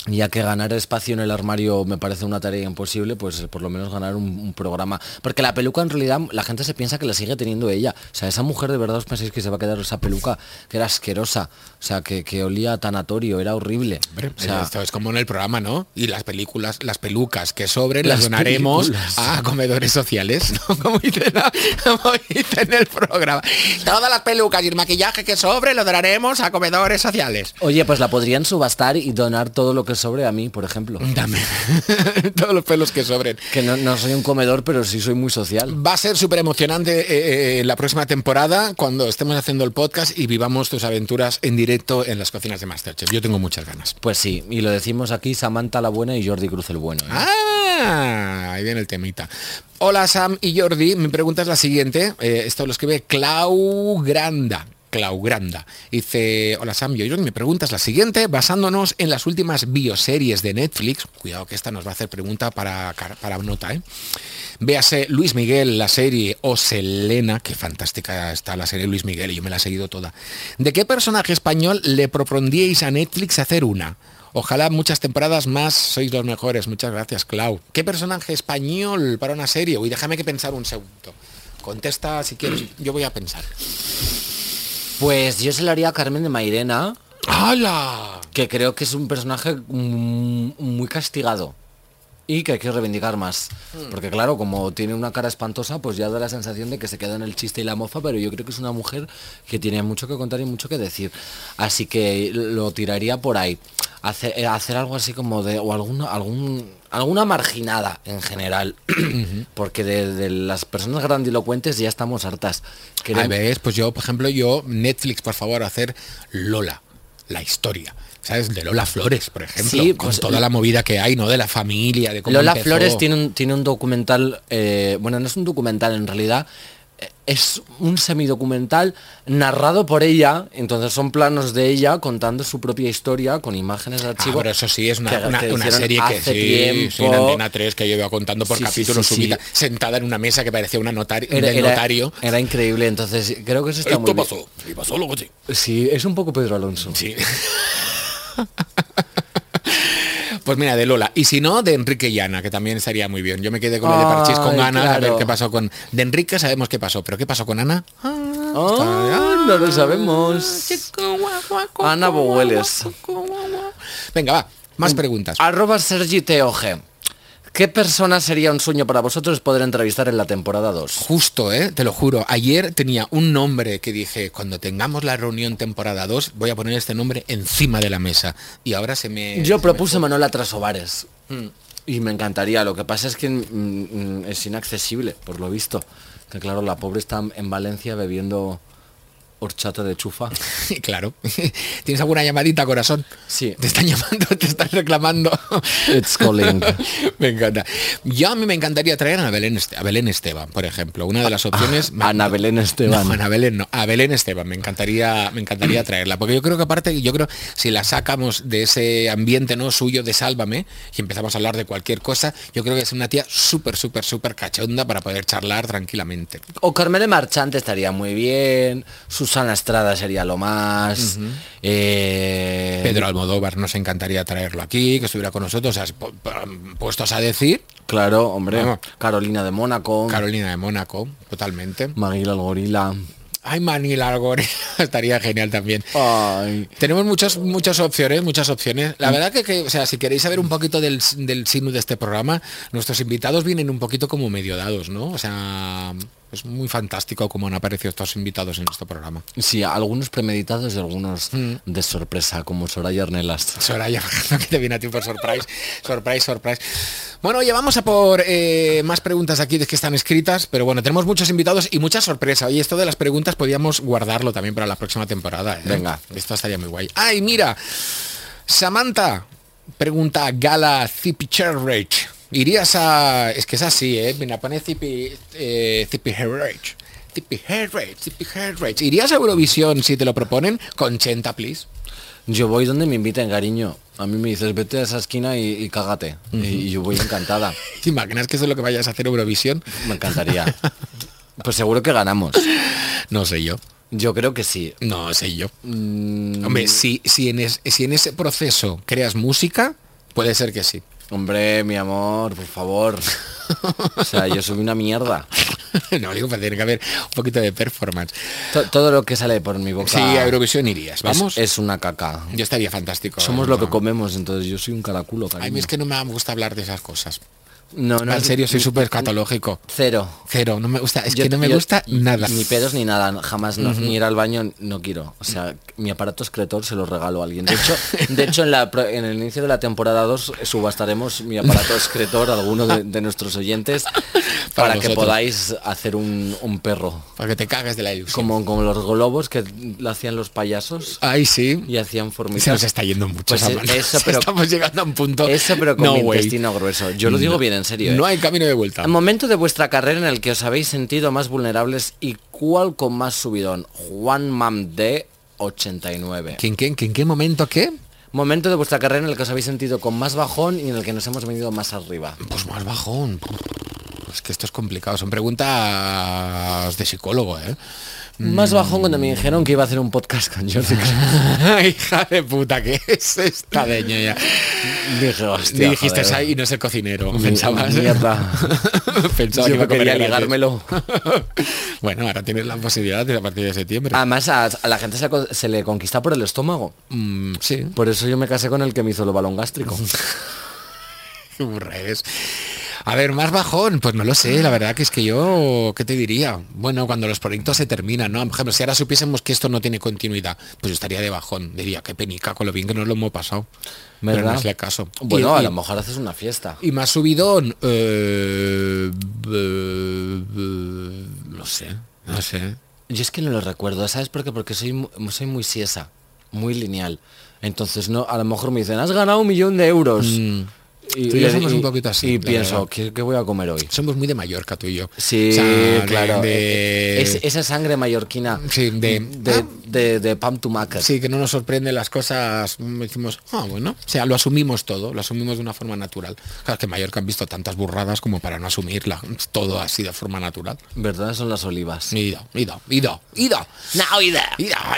Speaker 2: Ya que ganar espacio en el armario me parece una tarea imposible, pues por lo menos ganar un, un programa. Porque la peluca en realidad la gente se piensa que la sigue teniendo ella. O sea, esa mujer de verdad os pensáis que se va a quedar esa peluca, que era asquerosa, o sea, que, que olía a tanatorio, era horrible.
Speaker 1: Hombre, pues
Speaker 2: O sea,
Speaker 1: esto es como en el programa, ¿no? Y las películas, las pelucas que sobren las,
Speaker 2: Las
Speaker 1: donaremos
Speaker 2: películas.
Speaker 1: a comedores sociales, [laughs] ¿no? Como dice, la- como dice en el programa. Todas las pelucas y el maquillaje que sobre lo donaremos a comedores sociales.
Speaker 2: Oye, pues la podrían subastar y donar todo lo que sobre a mí, por ejemplo.
Speaker 1: Dame [laughs] todos los pelos que sobren.
Speaker 2: Que no, no soy un comedor, pero sí soy muy social.
Speaker 1: Va a ser súper emocionante eh, eh, la próxima temporada cuando estemos haciendo el podcast y vivamos tus aventuras en directo en las cocinas de Masterchef. Yo tengo muchas ganas.
Speaker 2: Pues sí, y lo decimos aquí, Samantha la buena y Jordi Cruz el bueno. ¿eh?
Speaker 1: Ah, ahí viene el temita. Hola Sam y Jordi, mi pregunta es la siguiente. Eh, esto lo escribe Clau Granda. Clau Granda. Dice, hola Sam y Jordi, mi pregunta es la siguiente. Basándonos en las últimas bioseries de Netflix, cuidado que esta nos va a hacer pregunta para, car- para nota, ¿eh? Véase Luis Miguel, la serie o Selena, que fantástica está la serie Luis Miguel, y yo me la he seguido toda. ¿De qué personaje español le propondríais a Netflix hacer una? Ojalá muchas temporadas más, sois los mejores. Muchas gracias, Clau. ¿Qué personaje español para una serie? Uy, déjame que pensar un segundo. Contesta si quieres, yo voy a pensar.
Speaker 2: Pues yo se lo haría a Carmen de Mairena.
Speaker 1: ¡Hala!
Speaker 2: que creo que es un personaje mm, muy castigado y que hay que reivindicar más.
Speaker 1: Hmm.
Speaker 2: Porque claro, como tiene una cara espantosa, pues ya da la sensación de que se queda en el chiste y la mofa, pero yo creo que es una mujer que tiene mucho que contar y mucho que decir. Así que lo tiraría por ahí. Hacer, eh, hacer algo así como de... o alguna, algún, alguna marginada en general. [clears throat] Porque de, de las personas grandilocuentes ya estamos hartas.
Speaker 1: A
Speaker 2: Queremos-
Speaker 1: ver, pues yo, por ejemplo, yo, Netflix, por favor, hacer Lola, la historia. ¿Sabes? De Lola Flores, por ejemplo.
Speaker 2: Sí,
Speaker 1: con
Speaker 2: pues,
Speaker 1: toda la movida que hay, ¿no? De la familia, de cómo
Speaker 2: Lola
Speaker 1: empezó.
Speaker 2: Flores tiene un, tiene un documental, eh, bueno, no es un documental en realidad, eh, es un semidocumental narrado por ella, entonces son planos de ella contando su propia historia con imágenes de
Speaker 1: Ah,
Speaker 2: archivo.
Speaker 1: pero eso sí, es una,
Speaker 2: que-
Speaker 1: una-
Speaker 2: que
Speaker 1: una
Speaker 2: hicieron
Speaker 1: serie que
Speaker 2: hace
Speaker 1: sí, sí, en
Speaker 2: tiempo.
Speaker 1: Antena 3 que yo iba contando por
Speaker 2: Sí, sí,
Speaker 1: capítulos
Speaker 2: sí,
Speaker 1: su
Speaker 2: sí.
Speaker 1: vida, sentada en una mesa que parecía una notaria
Speaker 2: Era,
Speaker 1: del
Speaker 2: era-
Speaker 1: notario.
Speaker 2: era increíble, entonces creo que eso está muy
Speaker 5: Esto
Speaker 2: bien.
Speaker 5: pasó. Y pasó luego sí.
Speaker 2: Sí, es un poco Pedro Alonso.
Speaker 1: Sí. Pues mira, de Lola. Y si no, de Enrique Llana, que también estaría muy bien. Yo me quedé con lo de Parchís con
Speaker 2: Ay,
Speaker 1: ganas a ver
Speaker 2: claro.
Speaker 1: qué pasó con... De Enrique sabemos qué pasó, pero ¿qué pasó con Ana?
Speaker 2: Ah, no lo
Speaker 1: Ah,
Speaker 2: sabemos. Ana Bogueles.
Speaker 1: Venga, va. Más preguntas.
Speaker 2: Arroba Sergi TOG. ¿Qué persona sería un sueño para vosotros poder entrevistar en la temporada 2?
Speaker 1: Justo, ¿eh? te lo juro. Ayer tenía un nombre que dije, cuando tengamos la reunión temporada 2, voy a poner este nombre encima de la mesa. Y ahora se me... Mm.
Speaker 2: Yo propuse Manuela Trasovares. Y me encantaría, lo que pasa es que mm, mm, es inaccesible, por lo visto. Que claro, la pobre está en Valencia bebiendo horchata
Speaker 1: [laughs]
Speaker 2: de chufa.
Speaker 1: claro. ¿Tienes alguna llamadita, corazón?
Speaker 2: Sí.
Speaker 1: Te están llamando, [laughs] te están reclamando. [laughs]
Speaker 2: It's calling.
Speaker 1: me encanta. Yo a mí me encantaría traer a Belén, Este- a Belén Esteban, por ejemplo. Una de las opciones...
Speaker 2: Ah, Ana Belén
Speaker 1: [laughs]
Speaker 2: Esteban.
Speaker 1: No, Ana Belén no. A Belén Esteban, me encantaría, me encantaría traerla. Porque yo creo que aparte, yo creo, si la sacamos de ese ambiente no suyo de Sálvame y empezamos a hablar de cualquier cosa, yo creo que es una tía súper, súper, súper cachonda para poder charlar tranquilamente.
Speaker 2: O Carmele Marchante estaría muy bien. Susana Estrada sería lo más. eh,
Speaker 1: Pedro Almodóvar nos encantaría traerlo aquí, que estuviera con nosotros, o sea, pu- pu- puestos a decir,
Speaker 2: Claro, hombre.
Speaker 1: Vamos.
Speaker 2: Carolina de Mónaco.
Speaker 1: Carolina de Mónaco, totalmente.
Speaker 2: Maguila el Gorila.
Speaker 1: Ay, Manila Algoril, [laughs] estaría genial también.
Speaker 2: Ay.
Speaker 1: Tenemos muchas, muchas opciones, muchas opciones. La verdad que, que, o sea, si queréis saber un poquito del, del signo de este programa, nuestros invitados vienen un poquito como medio dados, ¿no? O sea, es muy fantástico cómo han aparecido estos invitados en nuestro programa.
Speaker 2: Sí, algunos premeditados y algunos de sorpresa, como Soraya Arnelas.
Speaker 1: Soraya, [laughs] que te viene a ti por surprise, surprise, surprise. Bueno, oye, vamos a por eh, más preguntas aquí de que están escritas, pero bueno, tenemos muchos invitados y mucha sorpresa. Y esto de las preguntas podíamos guardarlo también para la próxima temporada. ¿eh?
Speaker 2: Venga.
Speaker 1: Esto estaría muy guay. ¡Ay, mira! Samantha pregunta a Gala Zipicherrech. ¿Irías a...? Es que es así, ¿eh? Mira, pone Zipi... Eh, Zipicherrech. Zipicherrech, Zipicherrech. ¿Irías a Eurovisión si te lo proponen? Con Chenta, please.
Speaker 2: Yo voy donde me inviten, cariño. A mí me dices, vete a esa esquina y, y cágate. Y- y yo voy encantada.
Speaker 1: ¿Te imaginas que eso es lo que vayas a hacer Eurovisión?
Speaker 2: Me encantaría. Pues seguro que ganamos.
Speaker 1: No sé yo.
Speaker 2: Yo creo que sí.
Speaker 1: No sé yo.
Speaker 2: Mm.
Speaker 1: Hombre, si, si, en es- si en ese proceso creas música, puede ser que sí. [laughs]
Speaker 2: Hombre, mi amor, por favor. O sea, yo soy una mierda.
Speaker 1: no, digo, para tiene que haber un poquito de performance.
Speaker 2: To- todo lo que sale por mi boca
Speaker 1: Sí, a Eurovisión irías, vamos.
Speaker 2: es, es una caca.
Speaker 1: Yo estaría fantástico.
Speaker 2: Somos
Speaker 1: ¿eh?
Speaker 2: lo que
Speaker 1: No.
Speaker 2: comemos, entonces yo soy un caraculo,
Speaker 1: A mí
Speaker 2: cariño.
Speaker 1: es que no me gusta hablar de esas cosas.
Speaker 2: No,
Speaker 1: No, en serio, soy súper catológico.
Speaker 2: Cero.
Speaker 1: Cero, no me gusta. Es
Speaker 2: Yo-
Speaker 1: que no me
Speaker 2: yo-
Speaker 1: gusta nada.
Speaker 2: Ni pedos ni nada, jamás no, ni ir al baño no quiero. O sea, mi aparato excretor se lo regalo a alguien. De hecho, de hecho en, la, pro- en el inicio de la temporada 2 subastaremos mi aparato excretor a alguno de, de
Speaker 1: [laughs]
Speaker 2: nuestros oyentes para, que
Speaker 1: vosotros.
Speaker 2: podáis hacer un, un perro.
Speaker 1: Para que te cagues de la ilusión.
Speaker 2: Como, como los globos que lo hacían los payasos
Speaker 1: Ay, sí.
Speaker 2: y hacían
Speaker 1: Ah. Se nos
Speaker 2: formitas.
Speaker 1: está yendo mucho.
Speaker 2: Pues
Speaker 1: Samantha. [laughs]
Speaker 2: eso, pero-
Speaker 1: Estamos llegando a un punto.
Speaker 2: Eso pero con mi
Speaker 1: way.
Speaker 2: intestino grueso. Yo lo digo
Speaker 1: No.
Speaker 2: bien en serio. ¿eh?
Speaker 1: No hay camino de vuelta.
Speaker 2: Al momento de vuestra carrera en el que os habéis sentido más vulnerables y cuál con más subidón. Juan Mam de 89.
Speaker 1: ¿En qué, en qué- en qué momento qué?
Speaker 2: Momento de vuestra carrera en el que os habéis sentido con más bajón y en el que nos hemos venido más arriba.
Speaker 1: Pues más bajón. Es que esto es complicado. Son preguntas de psicólogo,
Speaker 2: [laughs]
Speaker 1: ¿eh?
Speaker 2: Más bajón cuando me dijeron que iba a hacer un podcast con Jordi.
Speaker 1: Hija de puta, ¿qué es esta de ñoña?
Speaker 2: [laughs] Dije,
Speaker 1: Te
Speaker 2: [laughs] hostia.
Speaker 1: dijiste
Speaker 2: joder.
Speaker 1: ahí y no es el cocinero.
Speaker 2: Mi-
Speaker 1: Pensabas.
Speaker 2: mierda.
Speaker 1: [laughs] Pensaba que
Speaker 2: Yo
Speaker 1: iba a comer
Speaker 2: que quería
Speaker 1: gratis.
Speaker 2: ligármelo.
Speaker 1: [laughs] bueno, ahora tienes la posibilidad de a partir de septiembre.
Speaker 2: Además, a, a la gente se, co- se le conquista por el estómago.
Speaker 1: Mm, sí.
Speaker 2: Por eso yo me casé con el que me hizo el balón [laughs] gástrico.
Speaker 1: Burra eres. A ver, más bajón, pues no lo sé, la verdad que es que yo, ¿qué te diría? Bueno, cuando los proyectos se terminan, ¿no? Por ejemplo, si ahora supiésemos que esto no tiene continuidad, pues yo estaría de bajón, diría, qué penica, con lo bien que nos lo hemos pasado. Pero
Speaker 2: ¿Verdad?
Speaker 1: no es el caso.
Speaker 2: Bueno,
Speaker 1: Y-
Speaker 2: a
Speaker 1: y-
Speaker 2: lo mejor haces una fiesta.
Speaker 1: y más subidón, eh, eh, eh, no sé, no sé.
Speaker 2: Yo es que no lo recuerdo, ¿sabes por qué? Porque soy, mu- soy muy siesa, muy lineal. Entonces, no, a lo mejor me dicen, has ganado un millón de euros.
Speaker 1: Mm. Tú y yo somos un poquito así,
Speaker 2: Y
Speaker 1: la
Speaker 2: pienso,
Speaker 1: verdad.
Speaker 2: ¿qué, qué voy a comer hoy?
Speaker 1: Somos muy de Mallorca tú y yo.
Speaker 2: Sí,
Speaker 1: O sea, de-
Speaker 2: claro.
Speaker 1: de-
Speaker 2: eh, es- esa sangre mallorquina
Speaker 1: Sí, de-
Speaker 2: de,
Speaker 1: ah.
Speaker 2: de- de Pam to Maca.
Speaker 1: Sí, que no nos sorprende las cosas, mm, decimos, ah, bueno, o sea, lo asumimos todo, lo asumimos de una forma natural. Claro, es que en Mallorca han visto tantas burradas como para no asumirla, todo así de forma natural.
Speaker 2: ¿Verdad? Son las olivas.
Speaker 1: Ida, ida, ida, ida,
Speaker 2: No, idea.
Speaker 1: ida,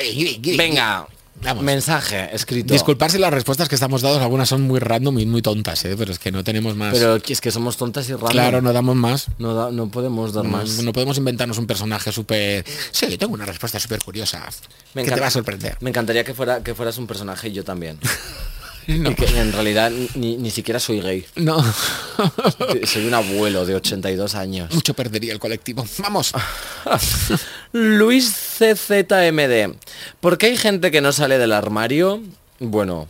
Speaker 2: Venga,
Speaker 1: Vamos.
Speaker 2: mensaje escrito.
Speaker 1: Disculparse las respuestas que estamos dados, algunas son muy random y muy tontas, ¿eh? pero es que no tenemos más.
Speaker 2: Pero es que somos tontas y raras.
Speaker 1: claro, no damos más.
Speaker 2: No, da- no podemos dar
Speaker 1: No,
Speaker 2: más.
Speaker 1: no podemos inventarnos un personaje súper... Sí, yo tengo una respuesta súper curiosa
Speaker 2: Me
Speaker 1: que te
Speaker 2: encanta-
Speaker 1: va a sorprender.
Speaker 2: Me encantaría que, fuera, que fueras un personaje y yo también.
Speaker 1: No.
Speaker 2: Y que en realidad ni, ni siquiera soy gay.
Speaker 1: No,
Speaker 2: Soy un abuelo de 82
Speaker 1: [laughs]
Speaker 2: años.
Speaker 1: mucho perdería el colectivo. [laughs] Vamos.
Speaker 2: Luis CZMD. ¿Por qué hay gente que no sale del armario? Bueno,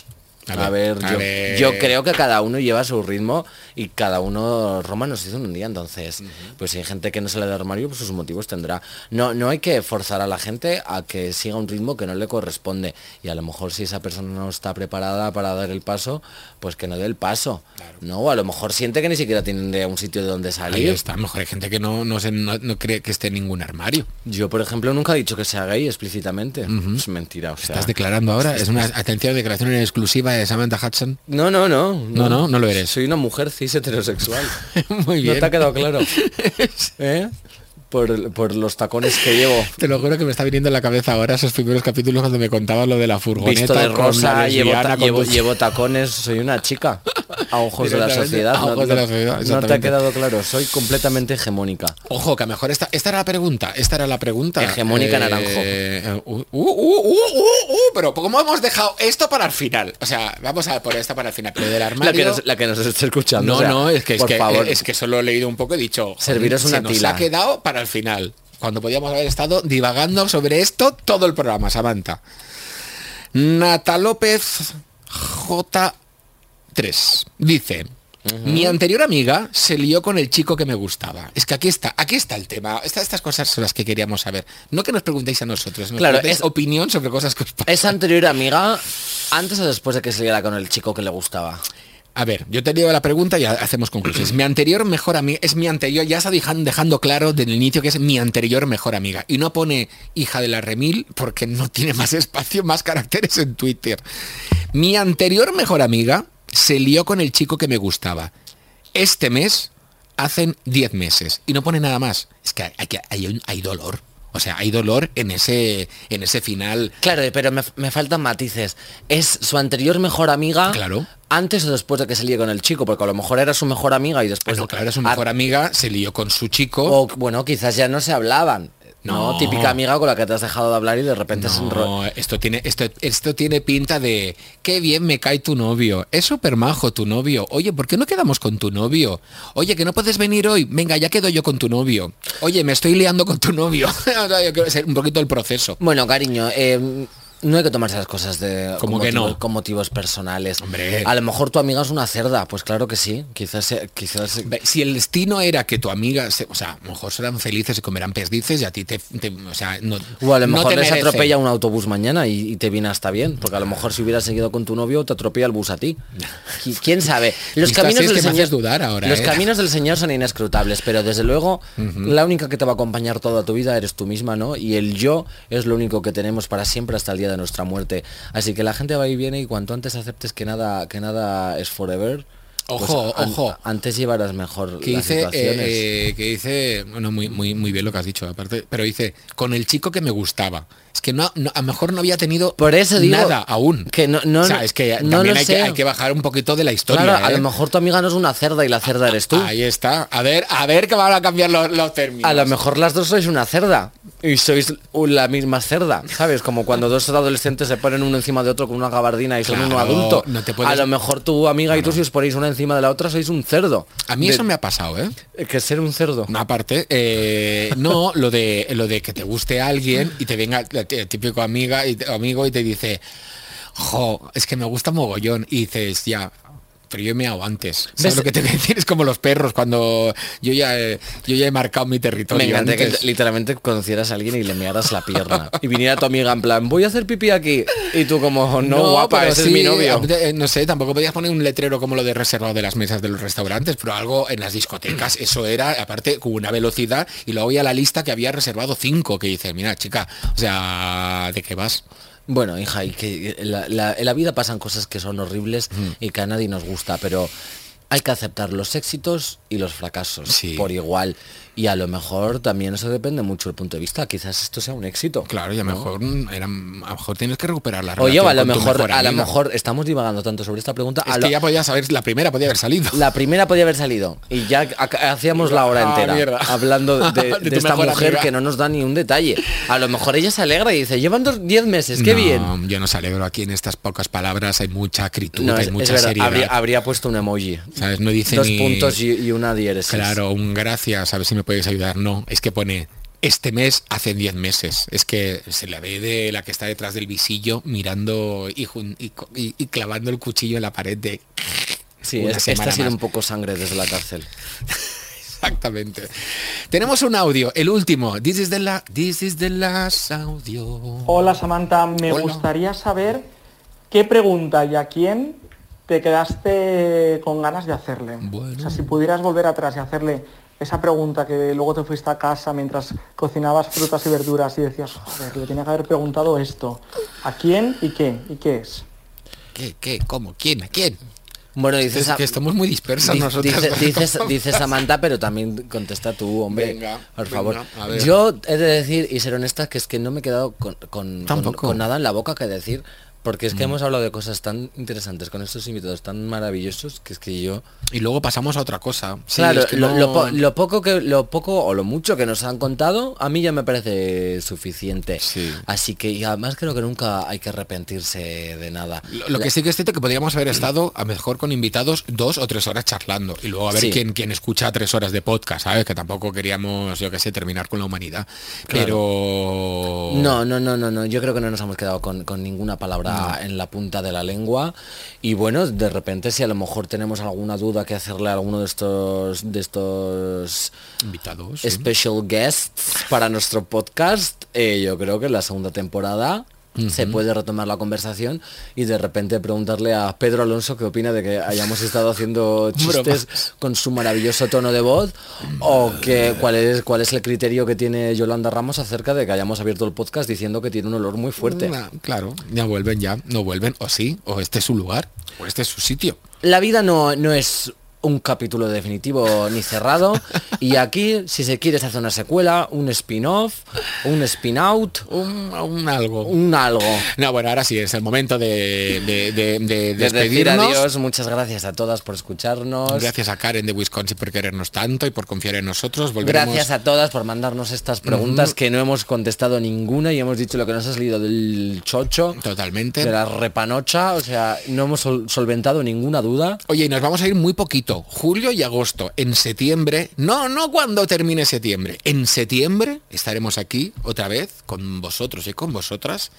Speaker 2: A ver,
Speaker 1: a
Speaker 2: yo,
Speaker 1: ver.
Speaker 2: yo creo que cada uno lleva su ritmo y cada uno Roma nos hizo en un día, entonces, pues si hay gente que no sale del armario, pues sus motivos tendrá. No, no hay que forzar a la gente a que siga un ritmo que no le corresponde. Y a lo mejor si esa persona no está preparada para dar el paso, pues que no dé el paso. No, o a lo mejor siente que ni siquiera tiene un sitio de donde
Speaker 1: Ahí
Speaker 2: salir.
Speaker 1: está, a lo mejor hay gente que no, no, se- no- no cree que esté en ningún armario.
Speaker 2: Yo, por ejemplo, nunca he dicho que sea gay explícitamente. Es mentira, o sea.
Speaker 1: Estás declarando ahora, es una atención declaración en exclusiva de Samantha Hudson. [laughs]
Speaker 2: No, no, no.
Speaker 1: No, no, no lo eres.
Speaker 2: Soy una mujer cis
Speaker 1: [laughs]
Speaker 2: heterosexual.
Speaker 1: Muy bien.
Speaker 2: ¿No te ha quedado claro?
Speaker 1: [laughs]
Speaker 2: ¿Eh? Por, por los tacones que llevo.
Speaker 1: Te lo juro que me está viniendo en la cabeza ahora esos primeros capítulos cuando me contabas lo de la furgoneta.
Speaker 2: Visto de
Speaker 1: con la
Speaker 2: rosa, llevo, ta-
Speaker 1: lesbiana
Speaker 2: llevo-
Speaker 1: conduciendo.
Speaker 2: llevo tacones, soy una chica. A ojos de la
Speaker 1: Directamente,
Speaker 2: sociedad.
Speaker 1: a
Speaker 2: no-
Speaker 1: ojos de la sociedad,
Speaker 2: no te ha
Speaker 1: exactamente.
Speaker 2: quedado claro, soy completamente hegemónica.
Speaker 1: Ojo, que a lo mejor esta, esta era la pregunta. Esta era la pregunta.
Speaker 2: Hegemónica
Speaker 1: naranjo. Uh, uh, uh, uh, uh, pero como hemos dejado esto para el final. O sea, vamos a por esta para el final. Pero del
Speaker 2: La que,
Speaker 1: armario.
Speaker 2: nos, la que nos está escuchando.
Speaker 1: no,
Speaker 2: o sea,
Speaker 1: no, es que, es,
Speaker 2: por
Speaker 1: que eh,
Speaker 2: favor,
Speaker 1: es que solo he leído un poco y he dicho. joder,
Speaker 2: Serviros
Speaker 1: se
Speaker 2: una
Speaker 1: nos
Speaker 2: tila.
Speaker 1: ha quedado para el final. Cuando podíamos haber estado divagando sobre esto todo el programa, Samantha. Nata López J3 dice. Mi anterior amiga se lió con el chico que me gustaba. Es que aquí está, aquí está el tema. Esta- estas cosas son las que queríamos saber. No que nos preguntéis a nosotros, nos
Speaker 2: Claro,
Speaker 1: claro, es
Speaker 2: es-
Speaker 1: opinión sobre cosas que os pasan.
Speaker 2: ¿Es anterior amiga antes o después de que se liara con el chico que le gustaba?
Speaker 1: A ver, yo te leo la pregunta y ha- hacemos conclusiones. Mi anterior mejor amiga, es mi anterior, ya está dejan- dejando claro desde el inicio que es mi anterior mejor amiga. Y no pone hija de la remil porque no tiene más espacio, más caracteres en Twitter. Mi anterior mejor amiga se lió con el chico que me gustaba. Este mes hacen 10 meses y no pone nada más. Es que hay, hay que- hay un- hay dolor. O sea, hay dolor en ese, en ese final.
Speaker 2: Claro, pero me, me faltan matices. ¿Es su anterior mejor amiga
Speaker 1: Claro.
Speaker 2: antes o después de que se líe con el chico? Porque a lo mejor era su mejor amiga y después...
Speaker 1: Bueno, claro, era su
Speaker 2: Ah,
Speaker 1: mejor amiga, se lió con su chico.
Speaker 2: O bueno, quizás ya no se hablaban. No,
Speaker 1: No.
Speaker 2: típica amiga con la que te has dejado de hablar y de repente es un rollo.
Speaker 1: No, esto tiene, esto, esto tiene pinta de qué bien me cae tu novio. Es súper majo tu novio. Oye, ¿por qué no quedamos con tu novio? Oye, que no puedes venir hoy. Venga, ya quedo yo con tu novio. Oye, me estoy liando con tu novio. [laughs] O sea, yo quiero ser un poquito el proceso.
Speaker 2: Bueno, cariño, eh, no hay que tomarse las cosas de
Speaker 1: ¿Cómo
Speaker 2: con
Speaker 1: que
Speaker 2: motivos-
Speaker 1: no?
Speaker 2: con motivos personales.
Speaker 1: Hombre.
Speaker 2: A lo mejor tu amiga es una cerda, pues claro que sí. Quizás se- quizás se-
Speaker 1: Ve, Si el destino era que tu amiga, se- o sea, a lo mejor serán felices y comerán pesdices y a ti te, te- o sea, no,
Speaker 2: o a lo
Speaker 1: no
Speaker 2: mejor
Speaker 1: te
Speaker 2: les
Speaker 1: merece.
Speaker 2: atropella un autobús mañana y, y te viene hasta bien, porque a lo mejor si hubieras seguido con tu novio te atropella el bus a ti. Qui-
Speaker 1: [laughs]
Speaker 2: ¿Quién sabe? Los
Speaker 1: Visto
Speaker 2: caminos
Speaker 1: así es
Speaker 2: del
Speaker 1: que me
Speaker 2: señor
Speaker 1: haces dudar ahora,
Speaker 2: Los
Speaker 1: ¿eh?
Speaker 2: caminos del señor son inescrutables, pero desde luego la única que te va a acompañar toda tu vida eres tú misma, ¿no? Y el yo es lo único que tenemos para siempre hasta el día de nuestra muerte. Así que la gente va y viene y cuanto antes aceptes que nada que nada es forever. pues
Speaker 1: Ojo,
Speaker 2: an-
Speaker 1: ojo.
Speaker 2: Antes llevarás mejor
Speaker 1: que
Speaker 2: las
Speaker 1: dice
Speaker 2: situaciones.
Speaker 1: eh, que dice bueno muy muy muy bien lo que has dicho aparte pero dice con el chico que me gustaba es que no, no- a lo mejor no había tenido
Speaker 2: Por eso digo
Speaker 1: nada aún
Speaker 2: que no- no-
Speaker 1: o sea, es que
Speaker 2: no
Speaker 1: también
Speaker 2: lo
Speaker 1: hay
Speaker 2: sé.
Speaker 1: que, hay que bajar un poquito de la historia
Speaker 2: Claro, a
Speaker 1: ¿eh?
Speaker 2: lo mejor tu amiga no es una cerda y la cerda eres tú.
Speaker 1: ahí está a ver a ver que van a cambiar los, los términos
Speaker 2: A lo mejor las dos sois una cerda y sois u- la misma cerda, ¿sabes? Como cuando dos adolescentes se ponen uno encima de otro con una gabardina y son uno
Speaker 1: Claro,
Speaker 2: adulto.
Speaker 1: no te puedes-
Speaker 2: A lo mejor tu amiga y tú si os ponéis una encima de la otra sois un cerdo.
Speaker 1: a mí
Speaker 2: De-
Speaker 1: eso me ha pasado eh
Speaker 2: Que ser un cerdo.
Speaker 1: Aparte, eh, no, lo de lo de que te guste alguien y te venga la t- típico amiga y te- amigo y te dice, jo, es que me gusta mogollón. Y dices, ya, pero yo me hago antes. ¿Sabes
Speaker 2: ¿Ves?
Speaker 1: lo que te voy a decir? Es como los perros cuando yo ya he, yo ya he marcado mi territorio.
Speaker 2: Me encanté que
Speaker 1: antes.
Speaker 2: literalmente conocieras a alguien y le mearas la pierna. Y viniera tu amiga en plan, voy a hacer pipí aquí. Y tú como, no, guapa,
Speaker 1: pero
Speaker 2: ese
Speaker 1: sí,
Speaker 2: es mi novio.
Speaker 1: eh, No sé, tampoco podías poner un letrero como lo de reservado de las mesas de los restaurantes, pero algo en las discotecas, eso era, aparte, con una velocidad, y luego ya la lista que había reservado cinco, que dices, mira, chica, o sea, ¿de qué vas?
Speaker 2: Bueno, hija, y que la, la- en la vida pasan cosas que son horribles y que a nadie nos gusta, pero hay que aceptar los éxitos y los fracasos
Speaker 1: Sí.
Speaker 2: por igual. Y a lo mejor también eso depende mucho del punto de vista. Quizás esto sea un éxito.
Speaker 1: Claro, y a lo mejor, era, a lo mejor tienes que recuperar la
Speaker 2: Oye,
Speaker 1: relación
Speaker 2: o a lo
Speaker 1: con tu
Speaker 2: mejor, a lo
Speaker 1: amiga.
Speaker 2: mejor estamos divagando tanto sobre esta pregunta.
Speaker 1: Es
Speaker 2: a
Speaker 1: que
Speaker 2: lo-
Speaker 1: ya podías haber, la primera podía haber salido.
Speaker 2: La primera podía haber salido y ya ha- hacíamos la hora
Speaker 1: Ah,
Speaker 2: entera
Speaker 1: mierda.
Speaker 2: hablando
Speaker 1: [laughs]
Speaker 2: de,
Speaker 1: De
Speaker 2: de
Speaker 1: tu
Speaker 2: esta
Speaker 1: mejor
Speaker 2: mujer
Speaker 1: amiga.
Speaker 2: que no nos da ni un detalle. A lo mejor ella se alegra y dice, llevan dos- 10 meses, qué
Speaker 1: No,
Speaker 2: bien.
Speaker 1: Yo no alegro aquí en estas pocas palabras, hay mucha acritud,
Speaker 2: No,
Speaker 1: hay
Speaker 2: es, es
Speaker 1: mucha
Speaker 2: verdad,
Speaker 1: seriedad.
Speaker 2: habría, habría puesto un emoji.
Speaker 1: ¿Sabes? No dice
Speaker 2: Dos
Speaker 1: ni-
Speaker 2: puntos y, y una diéresis.
Speaker 1: Claro, un gracias, a ver si me podéis ayudar. No, es que pone este mes hace 10 meses. Es que se la ve de la que está detrás del visillo mirando y, jun- y co- y- y clavando el cuchillo en la pared de... [laughs]
Speaker 2: Sí,
Speaker 1: Una
Speaker 2: es- esta
Speaker 1: semana
Speaker 2: ha sido
Speaker 1: más.
Speaker 2: un poco sangre desde la cárcel.
Speaker 1: Exactamente. Tenemos un audio, el último. This is the, la- this is the last audio.
Speaker 9: Oh. Hola Samantha, me
Speaker 1: Hola.
Speaker 9: gustaría saber qué pregunta y a quién te quedaste con ganas de hacerle.
Speaker 1: Bueno.
Speaker 9: O sea, si pudieras volver atrás y hacerle esa pregunta que luego te fuiste a casa mientras cocinabas frutas y verduras y decías, joder, le tenía que haber preguntado esto. ¿A quién y qué? ¿Y qué es?
Speaker 1: ¿Qué, qué, cómo, quién, a quién?
Speaker 2: Bueno, dices,
Speaker 1: Es que estamos muy dispersos
Speaker 2: Di-
Speaker 1: nosotros.
Speaker 2: Dice, dices, dices Samantha, pero también contesta tú, hombre.
Speaker 1: Venga,
Speaker 2: por favor.
Speaker 1: venga, a ver.
Speaker 2: Yo he de decir y ser honesta que es que no me he quedado con, con- con,
Speaker 1: Tampoco. Mm.
Speaker 2: con nada en la boca que decir, porque es que hemos hablado de cosas tan interesantes con estos invitados tan maravillosos que es que yo.
Speaker 1: [laughs] Y luego pasamos a otra cosa. Sí,
Speaker 2: claro,
Speaker 1: es que
Speaker 2: lo,
Speaker 1: no-
Speaker 2: lo po- lo poco que lo poco o lo mucho que nos han contado a mí ya me parece suficiente.
Speaker 1: Sí.
Speaker 2: Así que y además creo que nunca hay que arrepentirse de nada.
Speaker 1: Lo, lo que sí que es cierto es que podríamos haber estado a mejor con invitados dos o tres horas charlando y luego a ver
Speaker 2: Sí.
Speaker 1: quién, quién escucha tres horas de podcast, ¿sabes? Que tampoco queríamos, yo qué sé, terminar con la humanidad. Pero...
Speaker 2: No, no, no, no, no. Yo creo que no nos hemos quedado con, con ninguna palabra en la punta de la lengua. Y bueno, de repente, si a lo mejor tenemos alguna duda que hacerle a alguno de estos de estos
Speaker 1: Invitados. eh, sí.
Speaker 2: special guests para nuestro podcast, eh, yo creo que en la segunda temporada. Se puede retomar la conversación y de repente preguntarle a Pedro Alonso qué opina de que hayamos estado haciendo chistes con su maravilloso tono de voz o que, cuál, es, cuál es el criterio que tiene Yolanda Ramos acerca de que hayamos abierto el podcast diciendo que tiene un olor muy fuerte.
Speaker 1: Nah, claro, ya vuelven, ya no vuelven, o sí, o este es su lugar, o este es su sitio.
Speaker 2: La vida no, no es un capítulo definitivo ni cerrado. Y aquí, si se quiere, se hace una secuela, un spin-off, un spin-out,
Speaker 1: Un, un algo.
Speaker 2: un algo.
Speaker 1: No, bueno, ahora sí, es el momento de, de- de- de
Speaker 2: De decir
Speaker 1: despedirnos.
Speaker 2: adiós, muchas gracias a todas por escucharnos.
Speaker 1: Gracias a Karen de Wisconsin por querernos tanto y por confiar en nosotros. Volveremos.
Speaker 2: Gracias a todas por mandarnos estas preguntas que no hemos contestado ninguna y hemos dicho lo que nos ha salido del chocho,
Speaker 1: Totalmente.
Speaker 2: de la repanocha, o sea, no hemos sol- solventado ninguna duda.
Speaker 1: Oye, y nos vamos a ir muy poquito, julio y agosto. En septiembre, no, no cuando termine septiembre, en septiembre estaremos aquí otra vez con vosotros y con vosotras.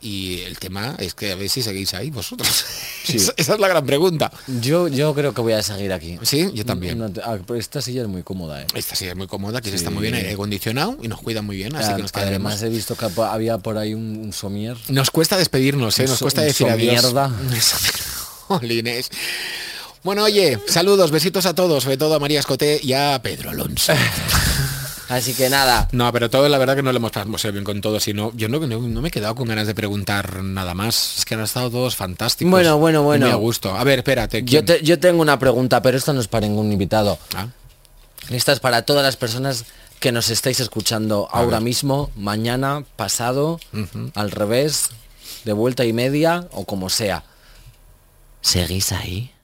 Speaker 1: Y el tema es que a ver si seguís ahí vosotros. [laughs] Esa- esa es la gran pregunta.
Speaker 2: Yo, yo creo que voy a seguir aquí.
Speaker 1: Sí, yo también.
Speaker 2: No te- ah, pero esta silla es muy cómoda, eh.
Speaker 1: Esta sí es muy cómoda, que está muy bien aire acondicionado y nos cuida muy bien, así
Speaker 2: Ah,
Speaker 1: que nos quedaremos.
Speaker 2: Además he visto que po- había por ahí un, un somier.
Speaker 1: Nos cuesta despedirnos, ¿eh?
Speaker 2: Un
Speaker 1: nos
Speaker 2: so-
Speaker 1: cuesta
Speaker 2: un
Speaker 1: decir adiós.
Speaker 2: somierda.
Speaker 1: [laughs] Jolines. Bueno, oye, saludos, besitos a todos, sobre todo a María Escoté y a Pedro
Speaker 2: [laughs]
Speaker 1: Alonso.
Speaker 2: Así que nada,
Speaker 1: No, pero todo la verdad que no lo hemos pasado bien con todo, sino yo no, no, no me he quedado con ganas de preguntar nada más. Es que han estado todos fantásticos.
Speaker 2: Bueno, bueno,
Speaker 1: Y
Speaker 2: bueno.
Speaker 1: Muy a gusto. A ver, espérate. ¿quién?
Speaker 2: yo, te- yo tengo una pregunta, pero esto no es para ningún invitado.
Speaker 1: Ah,
Speaker 2: Esta es para todas las personas que nos estáis escuchando ahora mismo, mañana, pasado, al revés, de vuelta y media o como sea. ¿Seguís ahí?